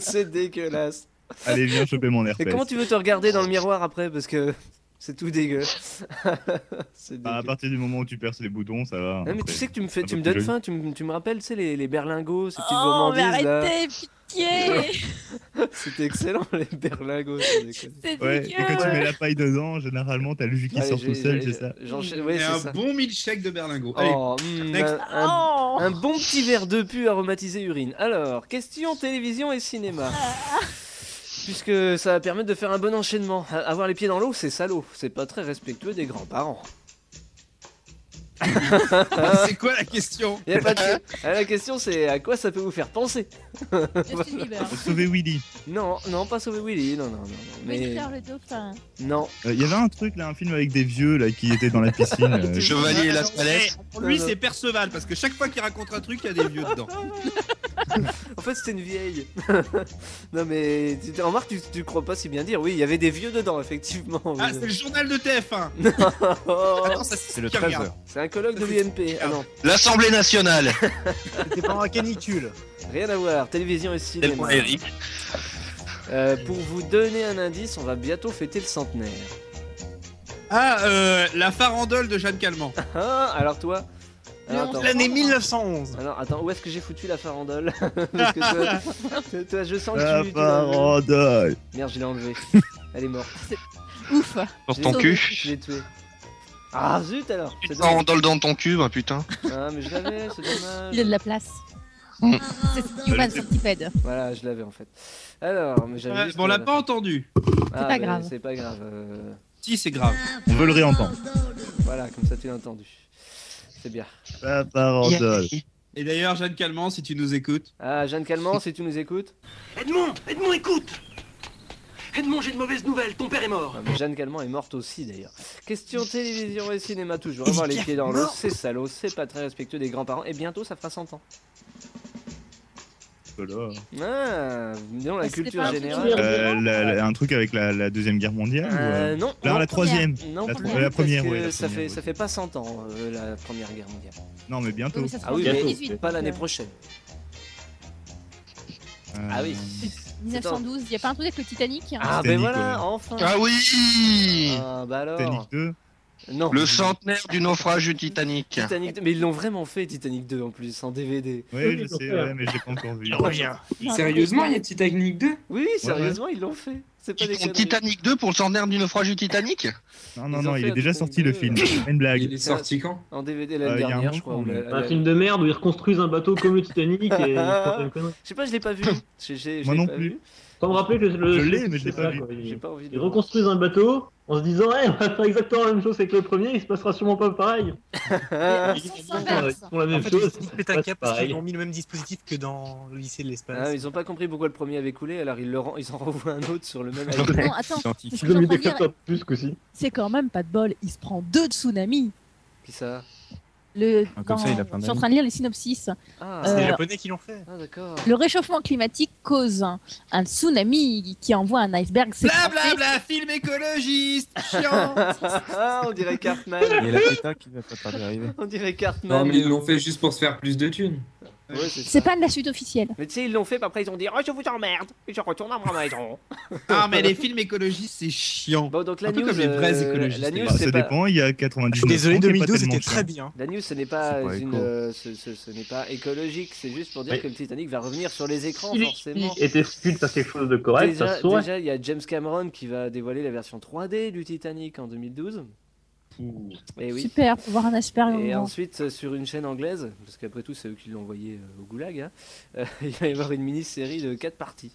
Speaker 2: c'est dégueulasse.
Speaker 3: Allez, viens choper mon
Speaker 2: Et
Speaker 3: herpès.
Speaker 2: comment tu veux te regarder dans le miroir après Parce que c'est tout dégueu. C'est
Speaker 3: Ah, à partir du moment où tu perces les boutons, ça va.
Speaker 2: Non, mais tu sais que tu me, fais,
Speaker 3: un
Speaker 2: tu
Speaker 3: peu
Speaker 2: me
Speaker 3: plus
Speaker 2: donnes
Speaker 3: joli.
Speaker 2: faim, tu me, tu me rappelles, tu sais, les, les berlingots, ces petites
Speaker 9: Oh, mais
Speaker 2: gourmandises là.
Speaker 9: arrêtez, pitié
Speaker 2: C'était excellent, les berlingots. sans déconner.
Speaker 9: C'est
Speaker 3: Ouais, et
Speaker 9: dégueu.
Speaker 3: quand tu mets la paille dedans, généralement, t'as le jus qui
Speaker 2: Allez,
Speaker 3: sort
Speaker 2: j'ai-
Speaker 3: tout seul,
Speaker 2: j'ai-
Speaker 3: c'est ça
Speaker 2: j'enchaîne- ouais,
Speaker 8: Et
Speaker 2: c'est
Speaker 8: un
Speaker 2: ça.
Speaker 8: bon milkshake de berlingot. Allez,
Speaker 2: Oh, mm,
Speaker 8: next.
Speaker 2: un, un-
Speaker 9: Oh, Ah,
Speaker 2: un bon petit verre de pu aromatisé urine. Alors, question télévision et cinéma. Puisque ça va permettre de faire un bon enchaînement. A- Avoir les pieds dans l'eau, c'est salaud. C'est pas très respectueux des grands-parents.
Speaker 8: C'est quoi la question
Speaker 2: Y a pas de- Ah, La question, c'est à quoi ça peut vous faire penser
Speaker 3: Sauver Willy.
Speaker 2: Non, non, pas sauver Willy, non, non, non. non, Mais
Speaker 9: Peter le dauphin.
Speaker 2: non.
Speaker 3: Euh, Il y avait un truc là, un film avec des vieux là qui étaient dans la piscine. euh, je-
Speaker 7: Chevalier et la
Speaker 8: Eh,
Speaker 7: palette.
Speaker 8: pour lui, c'est Perceval, parce que chaque fois qu'il raconte un truc, il y a des vieux dedans.
Speaker 2: En fait, c'était une vieille. non, mais tu te remarques, tu, tu crois pas si bien dire. Oui, il y avait des vieux dedans, effectivement.
Speaker 8: Ah, c'est le journal de TF1
Speaker 2: Oh.
Speaker 8: Ah non, ça, c'est
Speaker 13: le
Speaker 8: qui
Speaker 13: 13
Speaker 8: regarde.
Speaker 13: heures.
Speaker 2: C'est un colloque de l'UMP. Ah non,
Speaker 7: L'Assemblée nationale.
Speaker 6: T'es pas en canicule.
Speaker 2: rien à voir. Télévision et
Speaker 7: C'est pour
Speaker 2: cinéma.
Speaker 7: Eric.
Speaker 2: Euh, pour vous donner un indice, on va bientôt fêter le centenaire.
Speaker 8: Ah, euh, la farandole de Jeanne Calment.
Speaker 2: Ah, alors toi
Speaker 9: Ah,
Speaker 2: alors,
Speaker 6: Non,
Speaker 2: attends.
Speaker 6: L'année 1911.
Speaker 2: Alors, attends, où est-ce que j'ai foutu la farandole Parce que toi, toi- toi, je sens que
Speaker 3: Ah,
Speaker 2: tu- euh, tu. l'as enlevée.
Speaker 3: farandole.
Speaker 2: Merde, je l'ai enlevée. Elle est morte.
Speaker 9: Ouf.
Speaker 7: Dans
Speaker 2: Je l'ai
Speaker 7: ton
Speaker 2: sauvée,
Speaker 7: cul.
Speaker 2: Je l'ai tuée. Ah zut alors c'est dommage.
Speaker 7: Farandole dans ton cul, bah putain.
Speaker 2: Ah, mais je l'avais, c'est dommage.
Speaker 9: Il a de la place. Oh.
Speaker 7: Mm.
Speaker 9: C'est Human Centipede.
Speaker 2: Voilà, je l'avais en fait. Alors, mais j'avais.
Speaker 8: Ouais,
Speaker 2: juste
Speaker 8: Euh, bon, on l'a
Speaker 2: la-
Speaker 8: pas entendu.
Speaker 2: Ah,
Speaker 9: pas
Speaker 2: mais
Speaker 9: grave.
Speaker 2: C'est pas grave. euh,
Speaker 8: Si, c'est grave.
Speaker 3: On veut le réentendre.
Speaker 2: Voilà, comme ça tu l'as entendu. C'est bien.
Speaker 3: La farandole.
Speaker 8: Et d'ailleurs, Jeanne Calment, si tu nous écoutes.
Speaker 2: Ah, Jeanne Calment, si tu nous écoutes.
Speaker 15: Edmond, Edmond, écoute Edmond, j'ai de mauvaises nouvelles, ton père est mort.
Speaker 2: Ah, mais Jeanne Calment est morte aussi d'ailleurs. Question télévision et cinéma toujours. Avoir les pieds dans l'eau, c'est salaud, c'est pas très respectueux des grands-parents. Et bientôt, ça fera 100 ans.
Speaker 3: Voilà.
Speaker 2: Ah, non, la
Speaker 9: Ah, c'était
Speaker 2: culture
Speaker 9: pas un truc
Speaker 2: générale.
Speaker 9: sur les
Speaker 3: Euh, la- la- un truc avec la, la deuxième guerre mondiale ou,
Speaker 2: Euh,
Speaker 3: euh,
Speaker 2: non,
Speaker 3: la,
Speaker 2: non,
Speaker 3: la troisième.
Speaker 2: Non,
Speaker 3: la,
Speaker 2: pas
Speaker 3: la première,
Speaker 2: parce
Speaker 3: ouais,
Speaker 2: que
Speaker 3: la
Speaker 2: ça,
Speaker 3: première,
Speaker 2: fait,
Speaker 3: ouais.
Speaker 2: ça fait pas 100 ans, euh, la Première Guerre mondiale.
Speaker 9: Ah
Speaker 3: Non, mais bientôt.
Speaker 9: Oui, mais ça se
Speaker 2: Ah
Speaker 9: prend
Speaker 2: oui,
Speaker 9: en
Speaker 2: mais
Speaker 9: 2018,
Speaker 2: pas l'année
Speaker 9: donc, euh,
Speaker 2: prochaine. Ah oui.
Speaker 9: 1912, il y a pas un truc avec le Titanic hein
Speaker 2: Ah ben voilà, enfin.
Speaker 7: Ah oui
Speaker 2: Ah bah alors.
Speaker 7: Titanic
Speaker 3: 2
Speaker 2: Non.
Speaker 7: Le centenaire du naufrage du Titanic.
Speaker 2: Titanic 2, mais ils l'ont vraiment fait Titanic 2 en plus en DVD.
Speaker 3: Oui, je sais, ouais, mais j'ai pas encore vu.
Speaker 2: Il
Speaker 7: revient.
Speaker 5: Sérieusement, il y a Titanic 2
Speaker 2: Oui, sérieusement, ils l'ont fait. C'est pas des
Speaker 7: Ils font
Speaker 2: conneries.
Speaker 7: Titanic 2 pour le centenaire du naufrage du Titanic
Speaker 3: Non, non, non, il est déjà sorti le film. Une blague.
Speaker 5: Il est sorti quand
Speaker 2: En DVD l'année
Speaker 3: Euh, il y a un
Speaker 2: dernière,
Speaker 3: bon
Speaker 2: je crois.
Speaker 3: moment,
Speaker 2: ou la-
Speaker 3: mais-
Speaker 2: la-
Speaker 11: Un film de merde où ils reconstruisent un bateau comme le Titanic et ils font plein de
Speaker 2: je
Speaker 11: conneries.
Speaker 2: sais pas, je l'ai pas vu. J'ai- j'ai- je
Speaker 11: Moi
Speaker 2: l'ai
Speaker 11: non
Speaker 2: pas
Speaker 11: plus.
Speaker 2: vu.
Speaker 11: Faut me rappeler que
Speaker 2: Je
Speaker 11: le.
Speaker 2: l'ai,
Speaker 11: le-
Speaker 2: mais je l'ai
Speaker 11: c'est
Speaker 2: pas
Speaker 11: ça,
Speaker 2: vu.
Speaker 11: quoi, ils-
Speaker 2: J'ai pas envie de
Speaker 11: Ils
Speaker 2: voir.
Speaker 11: reconstruisent un bateau en se disant, hey, on va faire exactement la même chose avec le premier, il se passera sûrement pas pareil.
Speaker 13: Ah.
Speaker 9: Ah,
Speaker 11: Ils font la même
Speaker 6: En fait,
Speaker 11: chose.
Speaker 6: ils se
Speaker 11: c'est
Speaker 6: pètent un
Speaker 11: pas
Speaker 6: cap parce
Speaker 11: pareil.
Speaker 6: qu'ils ont mis le même dispositif que dans le lycée de l'espace.
Speaker 2: Ah, ils ont pas compris pourquoi le premier avait coulé, alors ils, le ren- ils en renvoient un autre sur le même
Speaker 9: Non, attends, Identique. parce que Ils ont mis des j'entends dire- cartons
Speaker 11: plus qu'aussi.
Speaker 9: C'est quand même pas de bol, il se prend deux tsunamis.
Speaker 2: Qui ça
Speaker 9: Le,
Speaker 2: Ah, comme
Speaker 9: dans-
Speaker 2: ça, il a plein
Speaker 9: je suis en
Speaker 2: d'amis.
Speaker 9: train de lire les synopsis.
Speaker 2: Ah,
Speaker 9: Euh,
Speaker 6: qui l'ont fait.
Speaker 2: Ah, d'accord.
Speaker 9: Le réchauffement climatique cause un, un tsunami qui envoie un iceberg. C'est
Speaker 8: Blablabla, film écologiste Chiant
Speaker 2: Ah, on dirait Cartman.
Speaker 13: Il y a la péta qui va pas tarder à arriver.
Speaker 2: On dirait Cartman.
Speaker 5: Non, mais ils l'ont fait juste pour se faire plus de thunes.
Speaker 2: Ouais, c'est
Speaker 9: c'est pas de la suite officielle.
Speaker 2: Mais tu sais, ils l'ont fait, puis après ils ont dit Oh, je vous emmerde, et je retourne à ma maison.
Speaker 8: Ah, mais les films écologistes, c'est chiant.
Speaker 2: Bon, donc la
Speaker 8: Un peu
Speaker 2: news,
Speaker 8: comme les vrais
Speaker 2: euh,
Speaker 8: écologistes.
Speaker 2: la news,
Speaker 3: Bah,
Speaker 2: c'est
Speaker 3: ça
Speaker 2: pas-
Speaker 3: dépend, il y a 99.
Speaker 6: Désolé,
Speaker 3: ans, c'est pas hein.
Speaker 6: 2012
Speaker 3: tellement
Speaker 6: était très
Speaker 3: chiant.
Speaker 6: bien.
Speaker 2: La news, ce n'est pas,
Speaker 6: C'est pas
Speaker 2: une,
Speaker 6: éco.
Speaker 2: euh, ce, ce- ce n'est pas écologique, c'est juste pour dire
Speaker 11: Oui.
Speaker 2: que le Titanic va revenir sur les écrans,
Speaker 11: Il-
Speaker 2: forcément.
Speaker 11: il était supposé faire quelque chose de correct,
Speaker 2: déjà,
Speaker 11: ça se saurait.
Speaker 2: déjà, il y a James Cameron qui va dévoiler la version 3D du Titanic en 2012. Et Eh oui.
Speaker 9: Super, pour voir un iceberg.
Speaker 2: Et
Speaker 9: en-
Speaker 2: ensuite, euh, sur une chaîne anglaise, parce qu'après tout, c'est eux qui l'ont envoyé euh, au goulag, hein, euh, il va y avoir une mini-série de 4 parties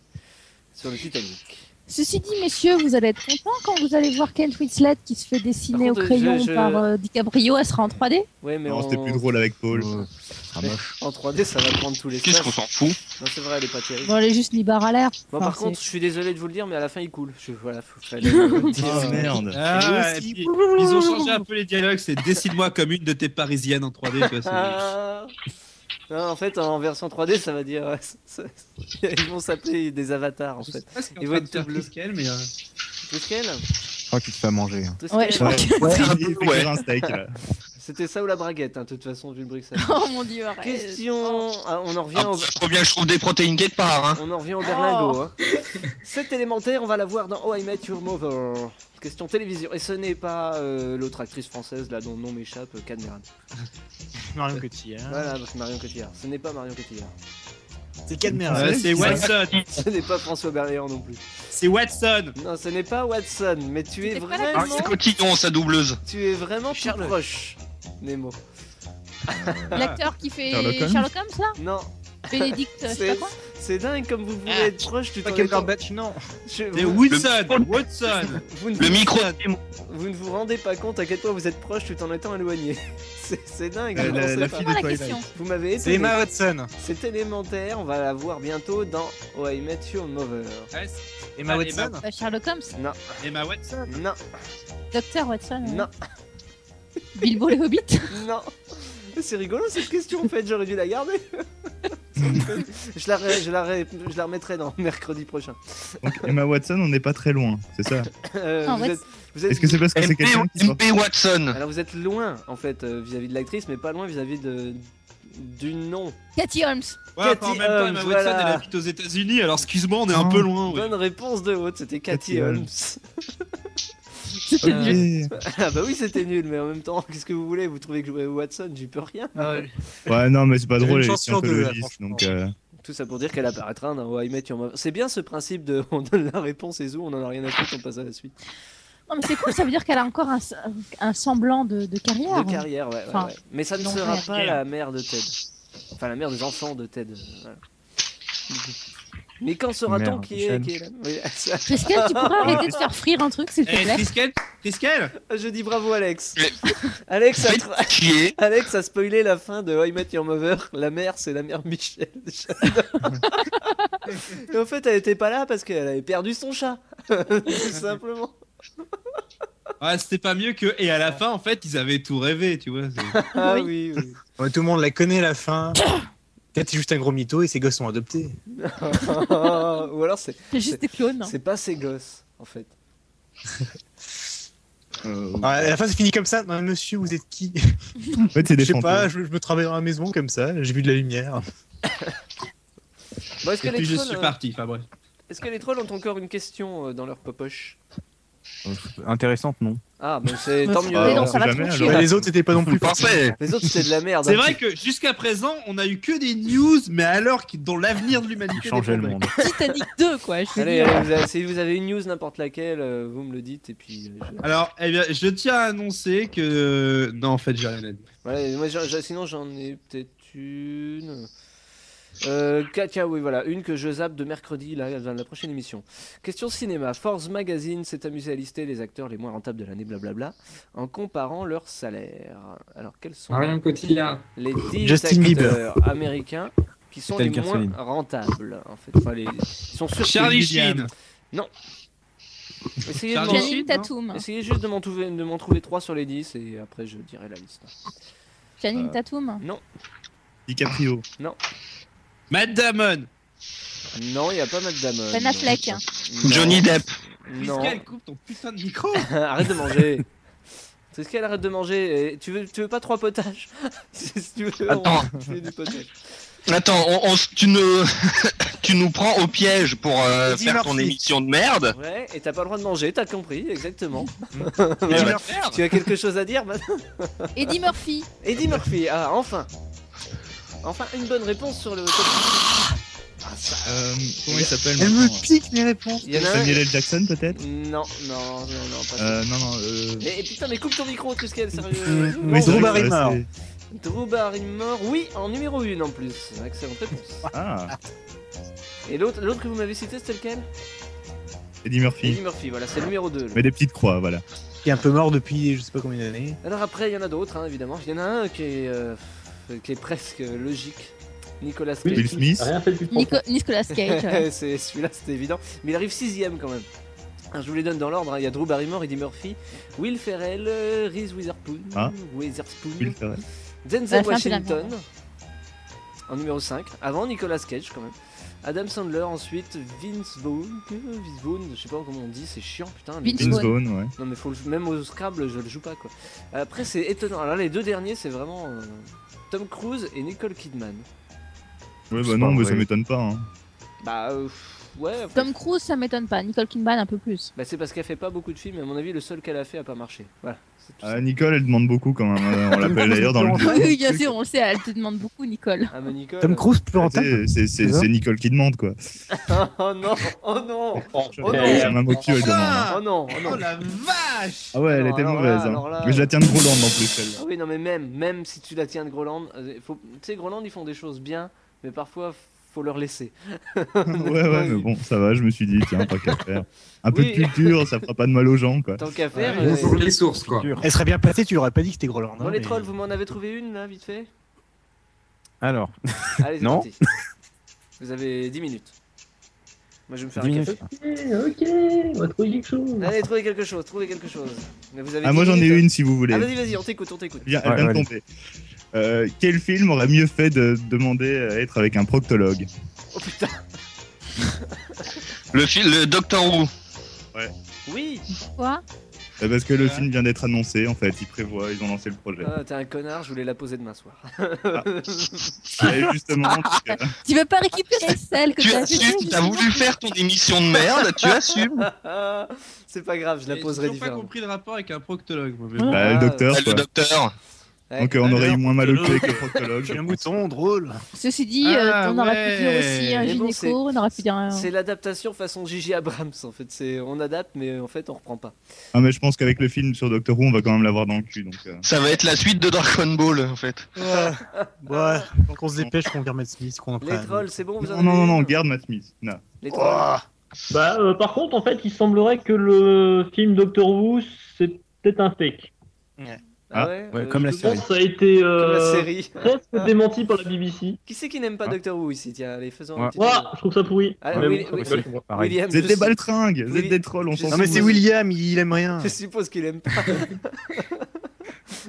Speaker 2: sur le Titanic.
Speaker 9: Ceci dit, messieurs, vous allez être contents quand vous allez voir Kate Winslet qui se fait dessiner
Speaker 2: Par contre,
Speaker 9: au crayon
Speaker 2: je- je-
Speaker 9: par euh, DiCaprio, elle sera en 3D.
Speaker 2: Ouais, mais
Speaker 3: Non,
Speaker 2: en...
Speaker 3: c'était plus drôle Ah, avec Paul.
Speaker 2: Mais En 3D, ça va prendre tous les Qu'est-ce qu'on s'en
Speaker 7: fout
Speaker 2: Non, c'est vrai, elle est pas terrible.
Speaker 9: Bon, elle est juste libre à l'air.
Speaker 2: Bon,
Speaker 9: Enfin,
Speaker 2: par contre,
Speaker 9: c'est-
Speaker 2: je suis désolé de vous le dire, mais à la fin, il coule. Je, voilà, faut- fallait le dire.
Speaker 3: Ah, merde.
Speaker 5: Bah,
Speaker 8: Ah, et puis, ils ont changé un peu les dialogues, c'est décide-moi comme une de tes parisiennes en 3D. tu vois, c'est-
Speaker 2: Ah. Non, en fait, en version 3D, ça va dire. euh, ça- ça- Ils vont s'appeler des avatars, en fait.
Speaker 5: qu'il est
Speaker 2: Ils
Speaker 5: en
Speaker 2: vont
Speaker 5: train de
Speaker 2: être
Speaker 5: faire
Speaker 2: bleus.
Speaker 5: Triskel, mais, euh,
Speaker 2: Triskel
Speaker 13: Je crois qu'il se fait à manger. hein.
Speaker 2: Triskel
Speaker 9: je crois Ouais. que- Ouais, un peu,
Speaker 13: Il fait ouais. cuire un steak, là.
Speaker 2: C'était ça ou la braguette, hein, de toute façon, vu le Bruxelles.
Speaker 9: Oh mon dieu, arrête.
Speaker 2: Question. Ah, on en revient
Speaker 7: Ah,
Speaker 2: au.
Speaker 7: Je trouve bien, je trouve des protéines quelque part. Hein.
Speaker 2: On en revient au
Speaker 9: Oh.
Speaker 2: berlingot. hein. Cet élémentaire, on va la voir dans Oh I Met Your Mother. Question télévision. Et ce n'est pas euh, l'autre actrice française là dont le nom m'échappe, euh, Cadmeran.
Speaker 6: Marion Cotillard.
Speaker 2: Voilà, c'est Marion Cotillard. Ce n'est pas Marion Cotillard.
Speaker 6: C'est Cadmeran.
Speaker 8: Euh, c'est Watson.
Speaker 2: Ce n'est pas François Berléand non plus.
Speaker 8: C'est Watson
Speaker 2: Non, ce n'est pas Watson, mais tu es
Speaker 9: pas la
Speaker 2: vraiment.
Speaker 7: Ah,
Speaker 2: Ah,
Speaker 7: C'est Cotillon, sa doubleuse.
Speaker 2: Tu es vraiment tout proche, Nemo.
Speaker 9: L'acteur qui fait
Speaker 2: Sherlock
Speaker 9: Sherlock
Speaker 2: Holmes
Speaker 9: Holmes, là
Speaker 2: Non.
Speaker 9: Bénédicte, Euh, je sais
Speaker 2: C'est-
Speaker 9: pas quoi
Speaker 2: C'est dingue comme vous voulez
Speaker 6: Ah,
Speaker 2: être proche du temps
Speaker 6: non.
Speaker 8: C'est Wilson Watson
Speaker 2: Vous ne
Speaker 7: Le
Speaker 2: vous-
Speaker 7: micro.
Speaker 2: Vous ne vous rendez pas compte à quel point vous êtes proche tout en étant éloigné. C'est c'est dingue.
Speaker 6: Euh,
Speaker 2: je
Speaker 6: la-
Speaker 2: pensais
Speaker 6: la
Speaker 2: pas.
Speaker 6: fille de Twilight. question.
Speaker 2: Vous m'avez
Speaker 6: C'est
Speaker 2: étonné.
Speaker 6: Emma Watson.
Speaker 2: C'est élémentaire, on va la voir bientôt dans Oh I Met Your Mother.
Speaker 8: Ouais, c'est-
Speaker 6: Emma
Speaker 8: Ah,
Speaker 6: Watson.
Speaker 9: Bah, Sherlock Holmes
Speaker 2: Non,
Speaker 8: Emma
Speaker 6: Euh.
Speaker 8: Watson
Speaker 2: non,
Speaker 9: Docteur Watson euh,
Speaker 2: non,
Speaker 9: Bilbo le Hobbit
Speaker 2: non. C'est rigolo cette question en fait, j'aurais dû la garder. je, la re- je, la re- je la remettrai dans mercredi prochain.
Speaker 3: Donc, Emma Watson, on n'est pas très loin, c'est ça
Speaker 2: Euh,
Speaker 9: En
Speaker 2: vous
Speaker 9: vrai,
Speaker 2: êtes- vous êtes-
Speaker 3: Est-ce que c'est parce que c'est quelqu'un qui sort
Speaker 7: MP Watson.
Speaker 2: Alors vous êtes loin en fait euh, vis-à-vis de l'actrice, mais pas loin vis-à-vis de... du nom.
Speaker 9: Cathy Holmes
Speaker 8: Ouais, enfin, en
Speaker 2: Cathy
Speaker 8: même temps, Emma
Speaker 2: Holmes,
Speaker 8: Watson,
Speaker 2: voilà.
Speaker 8: elle habite aux États-Unis, alors excuse-moi, on est un peu loin. oui.
Speaker 2: Bonne réponse de haute, c'était Cathy
Speaker 8: Cathy
Speaker 2: Holmes.
Speaker 8: Holmes.
Speaker 2: C'était
Speaker 3: nul.
Speaker 2: Ah bah oui, c'était nul, mais en même temps, qu'est-ce que vous voulez Vous trouvez que je Watson, j'y peux rien.
Speaker 3: Ouais, non, mais c'est pas
Speaker 6: J'ai
Speaker 3: drôle,
Speaker 6: une
Speaker 3: elle
Speaker 6: chance
Speaker 3: est
Speaker 6: sur deux, là,
Speaker 3: psychologique,
Speaker 6: franchement.
Speaker 3: donc. euh,
Speaker 2: Tout ça pour dire qu'elle apparaîtra dans How I Met Your Mother. C'est bien ce principe de on donne la réponse et zou, on en a rien à foutre, on passe à la suite.
Speaker 9: Non, mais c'est cool, ça veut dire qu'elle a encore un, un semblant de, de carrière.
Speaker 2: De carrière, ouais, ouais,
Speaker 9: Enfin,
Speaker 2: ouais. Mais ça ne
Speaker 9: non,
Speaker 2: sera
Speaker 9: merde.
Speaker 2: pas la mère de Ted. Enfin, la mère des enfants de Ted. euh, voilà. Mais quand saura-t-on
Speaker 13: Merde,
Speaker 2: qui est,
Speaker 13: Michel.
Speaker 2: qui est là Oui, ça-
Speaker 9: Triskel, tu pourrais arrêter de faire frire un truc, s'il te
Speaker 8: Eh,
Speaker 9: plaît
Speaker 8: Triskel Triskel
Speaker 2: Je dis Ah, bravo Alex. Alex a, tra- Alex a spoilé la fin de How I Met Your Mother. La mère, c'est la mère Michel. J'adore. Et en fait, elle était pas là parce qu'elle avait perdu son chat. Tout simplement.
Speaker 8: Ah, c'était pas mieux que. Et à la fin, en fait, ils avaient tout rêvé, tu vois. c'est-
Speaker 2: Ah oui, oui.
Speaker 6: Ouais, tout le monde la connaît la fin. Peut-être c'est juste un gros mytho et ses gosses sont adoptés.
Speaker 2: Ou alors c'est.
Speaker 9: C'est juste des clones.
Speaker 2: C'est pas ses gosses, en fait.
Speaker 6: Ouais, à la fin, c'est fini comme ça. Non, monsieur, vous êtes qui
Speaker 3: En fait, c'est
Speaker 6: Je
Speaker 3: des
Speaker 6: sais
Speaker 3: fantômes.
Speaker 6: pas, je, je me travaille dans la maison comme ça, j'ai vu de la lumière.
Speaker 2: Bon, est-ce que
Speaker 8: Et
Speaker 2: les
Speaker 8: puis je
Speaker 2: trolls,
Speaker 8: suis
Speaker 2: euh,
Speaker 8: parti. Enfin bref.
Speaker 5: Bah,
Speaker 2: Est-ce que les trolls ont encore une question euh, dans leur popoche
Speaker 13: Intéressante, non
Speaker 2: Ah, mais c'est
Speaker 13: Mais
Speaker 2: tant
Speaker 13: c'est-
Speaker 2: mieux.
Speaker 13: Mais non,
Speaker 2: alors.
Speaker 13: ça va te faire chier. Mais les autres étaient pas non plus parfaits.
Speaker 2: Les autres, c'était de la merde.
Speaker 8: C'est
Speaker 2: hein.
Speaker 8: vrai que jusqu'à présent, on a eu que des news, mais alors qui- dont l'avenir de l'humanité.
Speaker 13: Changer le
Speaker 8: dépendait.
Speaker 13: monde.
Speaker 9: Titanic 2, quoi. Je veux
Speaker 2: Allez,
Speaker 9: dire.
Speaker 2: allez, vous avez- si vous avez une news n'importe laquelle, euh, vous me le dites et puis. euh, je-
Speaker 8: Alors, eh bien, je tiens à annoncer que non, en fait, j'ai rien à dire.
Speaker 2: Voilà, et moi, j'en- j'en- sinon j'en ai peut-être une. Euh, Katia, oui, voilà, une que je zappe de mercredi, là, dans la prochaine émission. Question cinéma. Force Magazine s'est amusé à lister les acteurs les moins rentables de l'année, blablabla, en comparant leurs salaires. Alors, quels sont
Speaker 5: Marion Cotillard.
Speaker 2: les 10
Speaker 5: Ah Justin Bieber.
Speaker 2: acteurs américains qui sont
Speaker 5: Stan
Speaker 2: les moins
Speaker 5: Carsoline.
Speaker 2: rentables en fait. Enfin, les... Ils sont sûrs que
Speaker 8: Charlie
Speaker 2: William-
Speaker 8: Sheen.
Speaker 2: Non. Essayez de
Speaker 8: Charlie
Speaker 2: m'en-
Speaker 9: Channing Tatum.
Speaker 2: Essayez juste de m'en trouver, de m'en trouver 3 sur les 10 et après je dirai la liste.
Speaker 9: Janine
Speaker 2: Euh,
Speaker 9: Tatum
Speaker 2: Non,
Speaker 3: DiCaprio.
Speaker 2: non,
Speaker 8: Matt Damon.
Speaker 2: non, il n'y a pas Matt Damon.
Speaker 9: Ben Affleck.
Speaker 2: Non.
Speaker 7: Johnny Depp.
Speaker 2: Non.
Speaker 8: Pascal, coupe ton putain de micro.
Speaker 2: arrête de manger. Triskel, arrête de manger. Et tu, veux, tu veux pas trois potages Si tu veux, on-
Speaker 7: Attends.
Speaker 2: je fais du potage.
Speaker 7: Attends, on- on s- tu, ne... tu nous prends au piège pour euh,
Speaker 2: Eddie
Speaker 7: faire ton
Speaker 2: Murphy.
Speaker 7: émission de merde.
Speaker 2: Ouais, et t'as pas le droit de manger, t'as compris, exactement.
Speaker 7: Eddie
Speaker 2: Voilà.
Speaker 7: Murphy.
Speaker 2: Tu as quelque chose à dire maintenant
Speaker 9: Eddie Murphy.
Speaker 2: Eddie Murphy, ah, enfin Enfin, une bonne réponse sur le.
Speaker 3: Euh, comment il s'appelle
Speaker 2: Elle
Speaker 3: maintenant euh,
Speaker 6: pique mes réponses.
Speaker 2: Il y en a un-
Speaker 3: Samuel L. Jackson, peut-être
Speaker 2: Non, non, non, non, pas ça.
Speaker 3: euh, Non, non. Euh...
Speaker 2: Mais- et putain, mais coupe ton micro, Triskel,
Speaker 3: euh,
Speaker 2: sérieux
Speaker 3: oui, c'est
Speaker 13: Drew
Speaker 3: vrai que, euh,
Speaker 13: Barrymore.
Speaker 3: c'est-
Speaker 2: Drew Barrymore, oui, en numéro 1 en plus. Excellente réponse.
Speaker 3: Ah,
Speaker 2: Et l'autre l'autre que vous m'avez cité, c'était lequel
Speaker 3: Eddie Murphy.
Speaker 2: Eddie Murphy, voilà, c'est le numéro 2.
Speaker 3: Mais des petites croix, voilà.
Speaker 6: Qui est un peu mort depuis je sais pas combien d'années.
Speaker 2: Alors après, il y en a d'autres, hein, évidemment. Il y en a un qui est, euh, qui est presque logique. Nicolas Cage.
Speaker 3: Will Smith.
Speaker 11: Rien fait depuis
Speaker 9: Nico- Nicolas Cage. ouais.
Speaker 2: c'est celui-là, c'était évident. Mais il arrive sixième quand même. Alors, je vous les donne dans l'ordre. hein. Il y a Drew Barrymore, Eddie Murphy, Will Ferrell, euh, Reese Witherspoon,
Speaker 3: Hein Will
Speaker 2: Witherspoon,
Speaker 3: Ferrell.
Speaker 9: À la
Speaker 2: Denzel
Speaker 9: fin, Bah, c'est la merde.
Speaker 2: Washington en numéro 5. Avant Nicolas Cage quand même. Adam Sandler ensuite, Vince Vaughn, euh, Vince Vaughn, je sais pas comment on dit, c'est chiant putain. les
Speaker 9: Vince
Speaker 2: deux.
Speaker 3: Vince Vaughn, ouais.
Speaker 2: Non mais faut le- même au Scrabble je le joue pas quoi. Après c'est étonnant. Alors les deux derniers c'est vraiment euh, Tom Cruise et Nicole Kidman.
Speaker 3: Ouais,
Speaker 13: C'est
Speaker 3: bah non,
Speaker 13: pas
Speaker 3: mais
Speaker 13: vrai.
Speaker 3: ça m'étonne pas. Hein.
Speaker 2: Bah euh, pff, ouais. après-
Speaker 9: Tom Cruise, ça m'étonne pas. Nicole Kidman, un peu plus.
Speaker 2: Bah c'est parce qu'elle fait pas beaucoup de films et à mon avis le seul qu'elle a fait a pas marché. Voilà. c'est tout ça.
Speaker 3: Ah, Nicole, elle demande beaucoup quand même. euh, On l'appelle d'ailleurs dans
Speaker 9: Oui,
Speaker 3: le.
Speaker 9: oui, bien sûr, on le sait, elle te demande beaucoup, Nicole.
Speaker 2: Ah mais Nicole.
Speaker 6: Tom Cruise plus rentable.
Speaker 3: C'est- c'est- C'est c'est Nicole qui demande, quoi.
Speaker 2: oh non oh non oh non oh
Speaker 3: Elle
Speaker 2: non
Speaker 3: m'a moqué, elle demande.
Speaker 6: Ah.
Speaker 3: hein.
Speaker 2: oh non
Speaker 8: Oh la vache.
Speaker 3: Ah ouais, elle
Speaker 2: Alors,
Speaker 3: était
Speaker 2: alors là,
Speaker 3: mauvaise. hein.
Speaker 2: alors là,
Speaker 3: Mais je la tiens de Groland en plus, celle-là.
Speaker 2: Ah oui non mais même même si tu la tiens de Groland, euh, faut... tu sais Groland ils font des choses bien mais parfois faut leur laisser.
Speaker 3: Ouais, ouais, mais bon, ça va, je me suis dit, tiens, tant qu'à faire. Un peu de
Speaker 2: Oui.
Speaker 3: culture, ça fera pas de mal aux gens, quoi.
Speaker 2: Tant qu'à faire. euh,
Speaker 5: Bonjour les sources, quoi.
Speaker 6: Elle serait bien placée, tu aurais pas dit que t'es Groland.
Speaker 2: Bon les trolls, vous m'en avez trouvé une là, vite fait
Speaker 13: Alors,
Speaker 2: Allez, c'est
Speaker 13: Non.
Speaker 2: parti. Vous avez 10 minutes. Moi, je vais me faire un
Speaker 13: 10
Speaker 2: café.
Speaker 13: minutes.
Speaker 11: Ok, on va trouver quelque chose.
Speaker 2: Allez, trouvez quelque chose, trouvez quelque chose. Mais vous avez
Speaker 3: Ah,
Speaker 2: 10
Speaker 3: moi j'en ai
Speaker 2: minutes.
Speaker 3: une si vous voulez.
Speaker 2: Ah, vas-y, vas-y, on t'écoute, on t'écoute.
Speaker 3: Elle vient- elle vient de
Speaker 13: Ouais, ouais.
Speaker 3: tomber. Euh, quel film aurait mieux fait de demander à être avec un proctologue
Speaker 2: Oh putain,
Speaker 7: Le, fil... le Doctor Who.
Speaker 2: oui
Speaker 9: Quoi
Speaker 3: Euh, Parce que le film vient d'être annoncé, en fait. Ils prévoient, ils ont lancé le projet.
Speaker 2: Ah, T'es un connard, je voulais la poser demain soir.
Speaker 3: Et justement, parce que-
Speaker 9: Tu veux pas récupérer celle que
Speaker 7: Tu
Speaker 9: t'as
Speaker 7: assumes,
Speaker 9: fait
Speaker 7: t'as voulu faire ton émission de merde, tu assumes.
Speaker 3: Ah.
Speaker 2: C'est pas grave, je la
Speaker 8: J'ai
Speaker 2: poserai
Speaker 8: toujours pas
Speaker 2: différemment.
Speaker 8: compris le rapport avec un proctologue. moi, mais-
Speaker 3: bah, le docteur,
Speaker 7: Ah,
Speaker 3: quoi.
Speaker 7: le docteur.
Speaker 2: Ouais.
Speaker 3: Donc euh, on aurait eu moins mal au cul
Speaker 6: proctologue.
Speaker 3: avec le proctologue.
Speaker 6: J'ai un mouton, drôle.
Speaker 9: Ceci dit, euh,
Speaker 8: Ah,
Speaker 9: on aurait
Speaker 8: ouais.
Speaker 9: pu dire aussi un
Speaker 2: Mais bon, c'est-
Speaker 9: gynéco, on aurait pu dire
Speaker 11: Ah.
Speaker 9: un.
Speaker 2: C'est l'adaptation façon Gigi Abrams en fait. C'est on adapte mais en fait on reprend pas.
Speaker 3: Ah, mais je pense qu'avec le film sur Doctor Who, on va quand même l'avoir dans le cul. Donc, euh,
Speaker 7: Ça va être la suite de Dragon Ball, en fait.
Speaker 6: Ouais. ouais. Donc on se dépêche qu'on vire Matt Smith, qu'on en
Speaker 2: Les
Speaker 6: prenne.
Speaker 2: trolls, c'est bon vous en avez
Speaker 3: Non,
Speaker 2: euh,
Speaker 3: non, non,
Speaker 2: une
Speaker 3: non, Oh. garde Matt Smith. Non.
Speaker 2: Les
Speaker 7: Oh,
Speaker 2: trolls.
Speaker 11: Bah, euh, par contre, en fait, il semblerait que le film Doctor Who, c'est peut-être un fake.
Speaker 2: Ah ouais,
Speaker 13: ouais,
Speaker 2: euh,
Speaker 13: comme la
Speaker 11: Je pense
Speaker 13: série.
Speaker 11: que ça a été
Speaker 2: Comme la
Speaker 11: euh,
Speaker 2: série.
Speaker 11: presque démenti par la BBC.
Speaker 2: Qui c'est qui n'aime
Speaker 3: Ah.
Speaker 2: pas
Speaker 13: Hein
Speaker 2: Doctor Who ici Tiens, allez, faisons un
Speaker 13: Ouais.
Speaker 2: petit.
Speaker 11: Ouah, je trouve ça pourri.
Speaker 2: Ah,
Speaker 11: Mais
Speaker 2: oui,
Speaker 11: bon,
Speaker 2: oui,
Speaker 11: ça peut-
Speaker 13: Pareil.
Speaker 2: William,
Speaker 3: C'est
Speaker 2: je
Speaker 3: des
Speaker 2: sais-
Speaker 3: baltringues,
Speaker 2: Oui.
Speaker 3: c'est des trolls, on
Speaker 2: Je
Speaker 3: s'en
Speaker 6: Non mais
Speaker 3: fout.
Speaker 6: c'est William, il aime rien.
Speaker 2: Je suppose qu'il aime pas.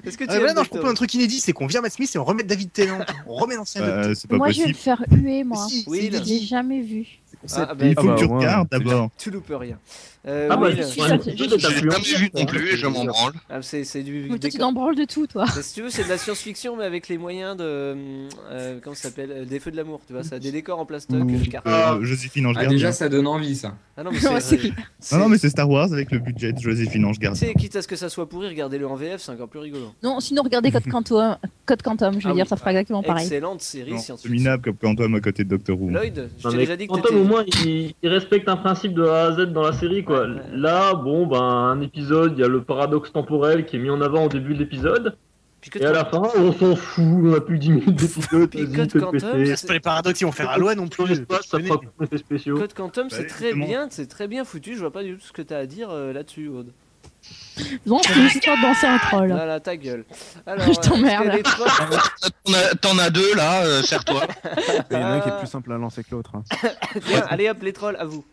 Speaker 2: Est-ce que tu
Speaker 6: Ah,
Speaker 2: aimes
Speaker 6: voilà, non, je
Speaker 2: Doctor
Speaker 6: propose un truc inédit, c'est qu'on vire Matt Smith et on remet David Tennant. On remet l'ancien Docteur.
Speaker 3: Euh, c'est pas
Speaker 9: Moi, je vais me
Speaker 3: possible.
Speaker 9: faire huer, moi.
Speaker 6: Si,
Speaker 2: Oui,
Speaker 6: c'est
Speaker 2: là.
Speaker 9: Je l'ai jamais vu.
Speaker 6: inédit.
Speaker 3: Ah, bah, Il faut que tu regardes d'abord.
Speaker 2: Tu loupes rien. Euh,
Speaker 11: Ah, bah,
Speaker 2: oui,
Speaker 11: je
Speaker 2: euh,
Speaker 11: suis sûre, c'est- je l'ai
Speaker 7: jamais vu non plus et je m'en branle.
Speaker 2: Ah, c'est c'est du.
Speaker 9: Mais toi, tu
Speaker 2: décor-
Speaker 9: t'en branles de tout, toi.
Speaker 2: Mais si tu veux, c'est de la science-fiction, mais avec les moyens de. euh, euh, comment ça s'appelle euh, Des feux de l'amour, tu vois. Ça a des décors en plastoc.
Speaker 3: Ou,
Speaker 2: euh, cartons.
Speaker 3: euh, Joséphine Ange
Speaker 5: Ah,
Speaker 3: Gardien.
Speaker 5: déjà, ça donne envie, ça.
Speaker 2: Ah non, mais c'est-
Speaker 3: Non, non, mais c'est Star Wars avec le budget de Joséphine Ange
Speaker 2: Tu
Speaker 3: Gardien.
Speaker 2: sais, quitte à ce que ça soit pourri, regardez-le en VF, c'est encore plus rigolo.
Speaker 9: Non, sinon, regardez Code Quantum, Code Quantum je veux
Speaker 2: Ah
Speaker 9: dire,
Speaker 2: oui.
Speaker 9: ça fera exactement pareil.
Speaker 2: Excellente série
Speaker 3: Non, C'est
Speaker 2: science-fiction.
Speaker 3: minable comme Quantum à côté de Doctor Who.
Speaker 2: Lloyd, je
Speaker 11: Non,
Speaker 2: t'ai
Speaker 11: mais
Speaker 2: déjà dit que
Speaker 11: Quantum,
Speaker 2: t'étais-
Speaker 11: au moins, il, il respecte un principe de A à Z dans la série, quoi. Là, bon, ben, un épisode, il y a le paradoxe temporel qui est mis en avant au début de l'épisode.
Speaker 2: que
Speaker 11: Et à la fin, on s'en fout, on a plus de 10 minutes d'épisode.
Speaker 2: Puis
Speaker 11: vas-y,
Speaker 2: Code
Speaker 11: fais le
Speaker 2: Quantum,
Speaker 11: péter.
Speaker 2: c'est- C'est pas les
Speaker 6: paradoxes, ils vont faire
Speaker 11: Dans
Speaker 6: la loi non plus.
Speaker 11: l'espace, ça fera pas d'effets spéciaux.
Speaker 2: Code Quantum, c'est
Speaker 11: Bah,
Speaker 2: très bien, c'est très bien foutu. Je vois pas du tout ce que t'as à dire euh, là-dessus, Aude.
Speaker 9: Non, c'est juste histoire de danser un troll.
Speaker 2: Voilà, ta gueule. Alors, euh,
Speaker 9: Je t'emmerde.
Speaker 2: est-ce que les trois-
Speaker 7: T'en as- T'en as deux là, euh, serre-toi.
Speaker 13: Il y en a un qui est plus simple à lancer que l'autre. hein.
Speaker 2: Tiens, allez hop, les trolls, à vous.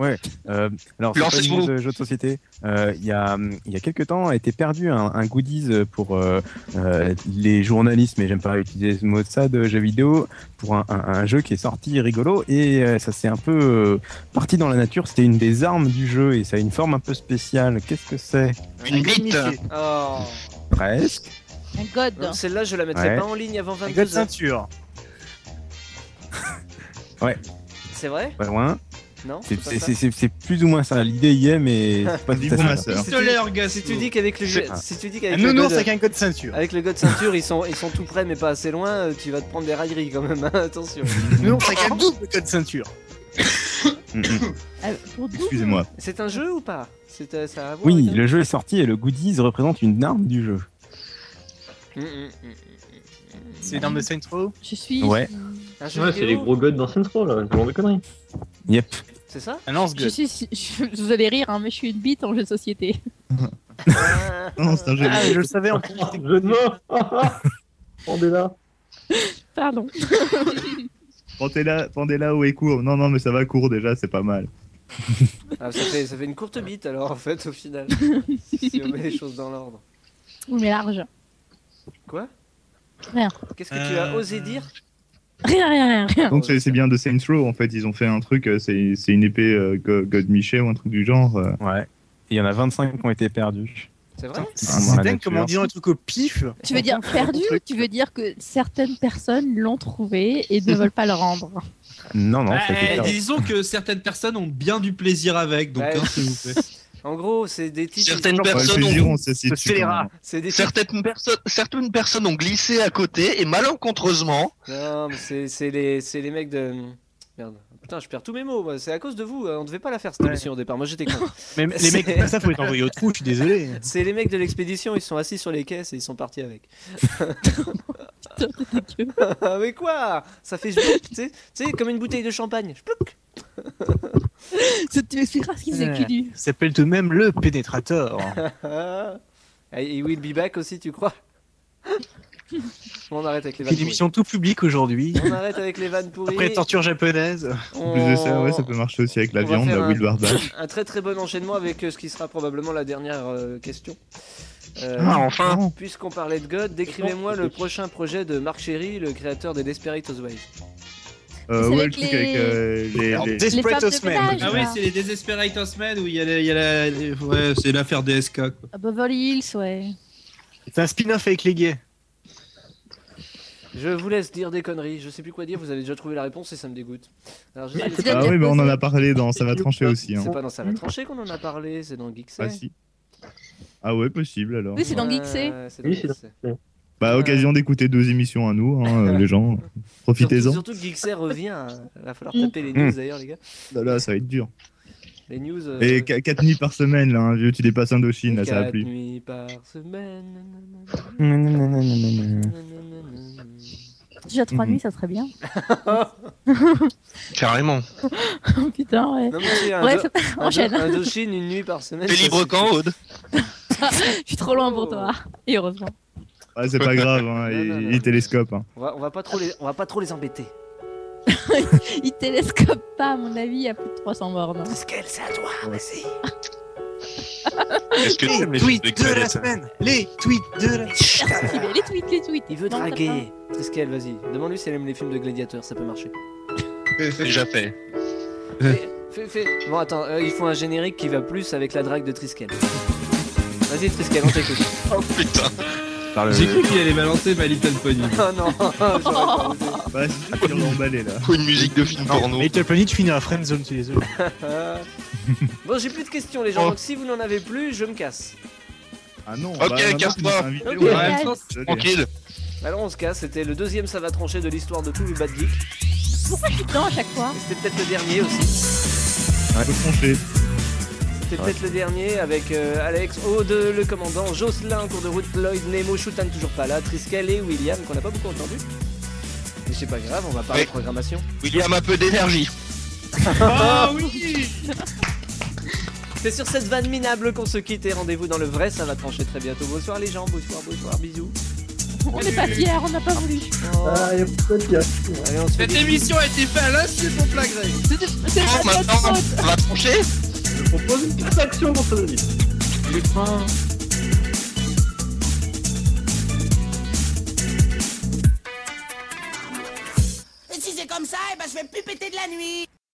Speaker 13: Ouais. euh, alors, c'est pas une
Speaker 7: Lancez-vous.
Speaker 13: news de jeu de société. Euh, Il y, a, hum, il y a quelques temps, a été perdu un, un goodies pour euh, euh, les journalistes, mais j'aime pas utiliser ce mot de ça, de jeux vidéo, pour un, un- un jeu qui est sorti rigolo et euh, ça s'est un peu euh, parti dans la nature. C'était une des armes du jeu et ça a une forme un peu spéciale. Qu'est-ce que c'est
Speaker 7: Une bite.
Speaker 2: Oh.
Speaker 13: Presque.
Speaker 9: Un god.
Speaker 2: Non, Celle-là, je la mettrai
Speaker 13: Ouais.
Speaker 2: pas en ligne avant
Speaker 13: Un
Speaker 2: 22
Speaker 13: god
Speaker 2: h
Speaker 13: ceinture. Ouais,
Speaker 2: C'est vrai
Speaker 13: pas loin.
Speaker 2: Non
Speaker 13: C'est-
Speaker 2: pas
Speaker 13: C'est
Speaker 2: ça
Speaker 13: c'est- c'est- c'est plus ou moins ça. L'idée y est, mais c'est pas tout à fait ça.
Speaker 2: Si tu- Si tu dis qu'avec le
Speaker 13: C'est-
Speaker 2: si tu dis qu'avec
Speaker 13: Un
Speaker 2: le
Speaker 13: nounours
Speaker 2: god-
Speaker 13: avec un god ceinture.
Speaker 2: Avec le god ceinture, ils sont ils sont tout près mais pas assez loin, euh, tu vas te prendre des railleries quand même, hein, attention.
Speaker 6: Non, ça gagne double code ceinture.
Speaker 9: Euh,
Speaker 13: Excusez-moi.
Speaker 2: C'est un jeu ou pas C'est euh, ça a à voir
Speaker 13: Oui,
Speaker 2: avec un-
Speaker 13: le jeu est sorti et le goodies représente une arme du jeu.
Speaker 2: Mm, mm, mm, mm.
Speaker 6: C'est l'arme de Saints Row
Speaker 9: Je suis.
Speaker 13: Ouais.
Speaker 2: Un jeu
Speaker 11: Ouais, c'est
Speaker 2: vidéo,
Speaker 11: les gros guts dans Saints Row, là, c'est genre de conneries.
Speaker 13: Yep.
Speaker 2: c'est ça
Speaker 6: Un lance
Speaker 9: Je suis, je- vous allez rire, hein, mais je suis une bite en jeu de société.
Speaker 3: Non, non, c'est un jeu.
Speaker 6: Ah, je le savais en plus.
Speaker 11: Jeu de mots Prendez-la
Speaker 9: Pardon.
Speaker 3: Pendez-la, pendez-la haut et court. Non, non, mais ça va court déjà, c'est pas mal.
Speaker 2: Ah, ça, fait, ça fait une courte bite alors en fait au final. si on met les choses dans l'ordre.
Speaker 9: Ou mais large.
Speaker 2: Quoi
Speaker 9: Rien.
Speaker 2: Qu'est-ce que tu as
Speaker 9: Euh,
Speaker 2: osé dire
Speaker 9: Rien, rien, rien, rien.
Speaker 3: Donc c'est c'est bien de Saints Row en fait. Ils ont fait un truc, euh, c'est c'est une épée euh, Go- God Michel ou un truc du genre. euh.
Speaker 13: Ouais. Il y en a 25 qui ont été perdus.
Speaker 2: C'est vrai
Speaker 13: Dans
Speaker 6: C'est
Speaker 13: la
Speaker 6: dingue
Speaker 13: nature.
Speaker 6: comment on dit un truc au pif.
Speaker 9: Tu veux dire perdu ou Tu veux dire que certaines personnes l'ont trouvé et ne veulent pas le rendre
Speaker 13: Non, non,
Speaker 8: Bah,
Speaker 13: ça a été
Speaker 8: eh,
Speaker 13: perdu.
Speaker 8: disons que certaines personnes ont bien du plaisir avec, donc
Speaker 2: Ouais.
Speaker 8: hein, s'il vous plaît.
Speaker 2: En gros, c'est des titres.
Speaker 7: Certaines
Speaker 2: Ouais,
Speaker 7: personnes
Speaker 2: c'est
Speaker 7: ont,
Speaker 2: dur, on
Speaker 3: s'est
Speaker 2: situé
Speaker 7: Scélérat.
Speaker 2: quand C'est des-
Speaker 7: Certaines, perso- certaines personnes ont glissé à côté et malencontreusement.
Speaker 2: Non, mais c'est c'est les, c'est les mecs de. Merde. Putain, je perds tous mes mots. moi. C'est à cause de vous. hein. On devait pas la faire cette émission au départ. Moi, j'étais con.
Speaker 6: Mais les mecs
Speaker 2: C'est-
Speaker 6: comme ça, faut être envoyé au trou, je suis désolé.
Speaker 2: C'est les mecs de l'expédition. Ils sont assis sur les caisses et ils sont partis avec. mais quoi Ça fait jplouc, tu sais, tu sais, comme une bouteille de champagne. Jplouc.
Speaker 9: Tu m'expliqueras ce qu'ils
Speaker 6: Ouais.
Speaker 9: équilibrent.
Speaker 6: Ça s'appelle tout de même le pénétrateur.
Speaker 2: Ah. Et Will Be Back aussi, tu crois Bon, On arrête avec les
Speaker 6: Une
Speaker 2: vannes pourries.
Speaker 6: émission tout public aujourd'hui.
Speaker 2: On arrête avec les vannes pourries.
Speaker 6: Après torture japonaise.
Speaker 2: On-
Speaker 3: Plus de ça, ouais, ça peut marcher aussi avec la
Speaker 2: On va
Speaker 3: viande,
Speaker 2: faire
Speaker 3: la
Speaker 2: un-
Speaker 3: Will Warback.
Speaker 2: Un très très bon enchaînement avec euh, ce qui sera probablement la dernière euh, question. Euh,
Speaker 7: Ah, enfin.
Speaker 2: Puisqu'on parlait de God, décrivez-moi le prochain projet de Mark Sherry, le créateur des Desperate Housewives.
Speaker 3: Euh,
Speaker 2: C'est
Speaker 3: ouais, le
Speaker 2: avec
Speaker 3: truc
Speaker 2: les-
Speaker 3: avec euh, les.
Speaker 8: Alors,
Speaker 3: les-
Speaker 8: Desperate
Speaker 9: femmes de
Speaker 8: Housemen.
Speaker 9: ménage,
Speaker 8: Ah
Speaker 9: là.
Speaker 8: oui, c'est les Desperate Housemen où il y a, la- il y a la- les- Ouais, c'est l'affaire DSK. Quoi.
Speaker 9: Beverly Hills, ouais.
Speaker 6: C'est un spin-off avec les gays.
Speaker 2: Je vous laisse dire des conneries, je sais plus quoi dire, vous avez déjà trouvé la réponse et ça me dégoûte. Alors, je sais-
Speaker 3: Ah oui, mais on en a parlé dans Ça va trancher aussi. hein.
Speaker 2: C'est pas dans Ça va trancher qu'on en a parlé, c'est dans Geeks.
Speaker 3: Ah si. Ah ouais, possible alors.
Speaker 9: Oui, c'est dans Geeks.
Speaker 2: Oui, c'est
Speaker 3: Bah, occasion d'écouter deux émissions à nous, hein, euh, les gens. Profitez-en.
Speaker 2: Surtout que Geeks revient, hein. il va falloir taper les news
Speaker 3: Mm.
Speaker 2: d'ailleurs, les gars.
Speaker 3: Là, là, ça va être dur.
Speaker 2: Les news. euh,
Speaker 3: Et qu- quatre nuits par semaine, là, hein, vieux, tu dépasses Indochine, là, ça va
Speaker 2: quatre
Speaker 3: plus.
Speaker 2: nuits par semaine.
Speaker 9: Déjà
Speaker 13: Mhm.
Speaker 9: trois nuits, ça serait bien.
Speaker 7: Carrément.
Speaker 9: oh putain, ouais.
Speaker 2: Non, mais tu sais, un,
Speaker 9: Bref,
Speaker 2: do- un, do-
Speaker 9: enchaîne.
Speaker 2: un Indochine, une nuit par semaine.
Speaker 7: T'es
Speaker 2: ça
Speaker 7: libre
Speaker 2: suffit.
Speaker 7: quand, Aude
Speaker 9: Je suis trop loin pour toi. Et heureusement.
Speaker 3: Ouais, c'est pas grave, hein, il, il télescope. hein.
Speaker 2: on va, on va pas trop les, on va pas trop les embêter.
Speaker 9: Il télescope pas, à mon avis, à plus de 300 morts. non.
Speaker 2: qu'elle, c'est à toi, vas-y.
Speaker 7: Est-ce que
Speaker 6: Les
Speaker 7: t'aimes les
Speaker 6: tweets
Speaker 7: choses
Speaker 6: de la
Speaker 7: décalées, ça
Speaker 6: semaine. Les tweets de la
Speaker 9: Merci, mais les tweets, les tweets.
Speaker 2: Il veut
Speaker 9: Non, ça
Speaker 2: draguer. Triskel, vas-y. Demande-lui si elle aime les films de gladiateurs, ça peut marcher.
Speaker 7: Déjà fait.
Speaker 2: Fais- fais- fais- Bon, attends, euh, il faut un générique qui va plus avec la drague de Triskel. Vas-y, Triskel, on t'écoute.
Speaker 7: oh putain.
Speaker 13: Par le-
Speaker 8: J'ai cru qu'il allait balancer ma Little Pony.
Speaker 2: Oh non, j'aurais pas osé.
Speaker 3: Bah, c'est sûr qu'ils l'ont emballé là.
Speaker 7: Faut une musique de film porno.
Speaker 6: Et Little Pony, tu finis à Friendzone, tu les
Speaker 2: Euh. bon, j'ai plus de questions, les gens. Donc, si vous n'en avez plus, je me casse.
Speaker 3: Ah non,
Speaker 7: Ok, casse-toi.
Speaker 2: Ok.
Speaker 7: Ouais, Tranquille.
Speaker 2: Alors, on se casse. C'était le deuxième ça va trancher de l'histoire de tout le Bad Geek.
Speaker 9: Pourquoi je suis dedans à chaque fois
Speaker 2: Et C'était peut-être le dernier aussi.
Speaker 3: Ouais. tranché.
Speaker 2: C'était
Speaker 3: Ouais.
Speaker 2: peut-être le dernier avec euh, Alex, Aude, le commandant, Jocelyn, en cours de route, Lloyd, Nemo, Shoutan toujours pas là, Triskel et William qu'on n'a pas beaucoup entendu. Mais c'est pas grave, on va parler
Speaker 7: Ouais.
Speaker 2: de programmation.
Speaker 7: William un peu d'énergie.
Speaker 2: Ah oui C'est sur cette vanne minable qu'on se quitte et rendez-vous dans le vrai, ça va trancher très bientôt. Bonsoir les gens, bonsoir, bonsoir, bisous.
Speaker 9: On n'est pas fiers, on n'a pas voulu.
Speaker 15: Ah, y a pas de pièce.
Speaker 2: Allez, on se fait
Speaker 8: Cette émission a été faite à l'insu pour Plagré.
Speaker 7: Bon, maintenant, ça va trancher.
Speaker 15: Je propose une petite action pour ce devis.
Speaker 16: Et si c'est comme ça, eh ben je vais plus péter de la nuit.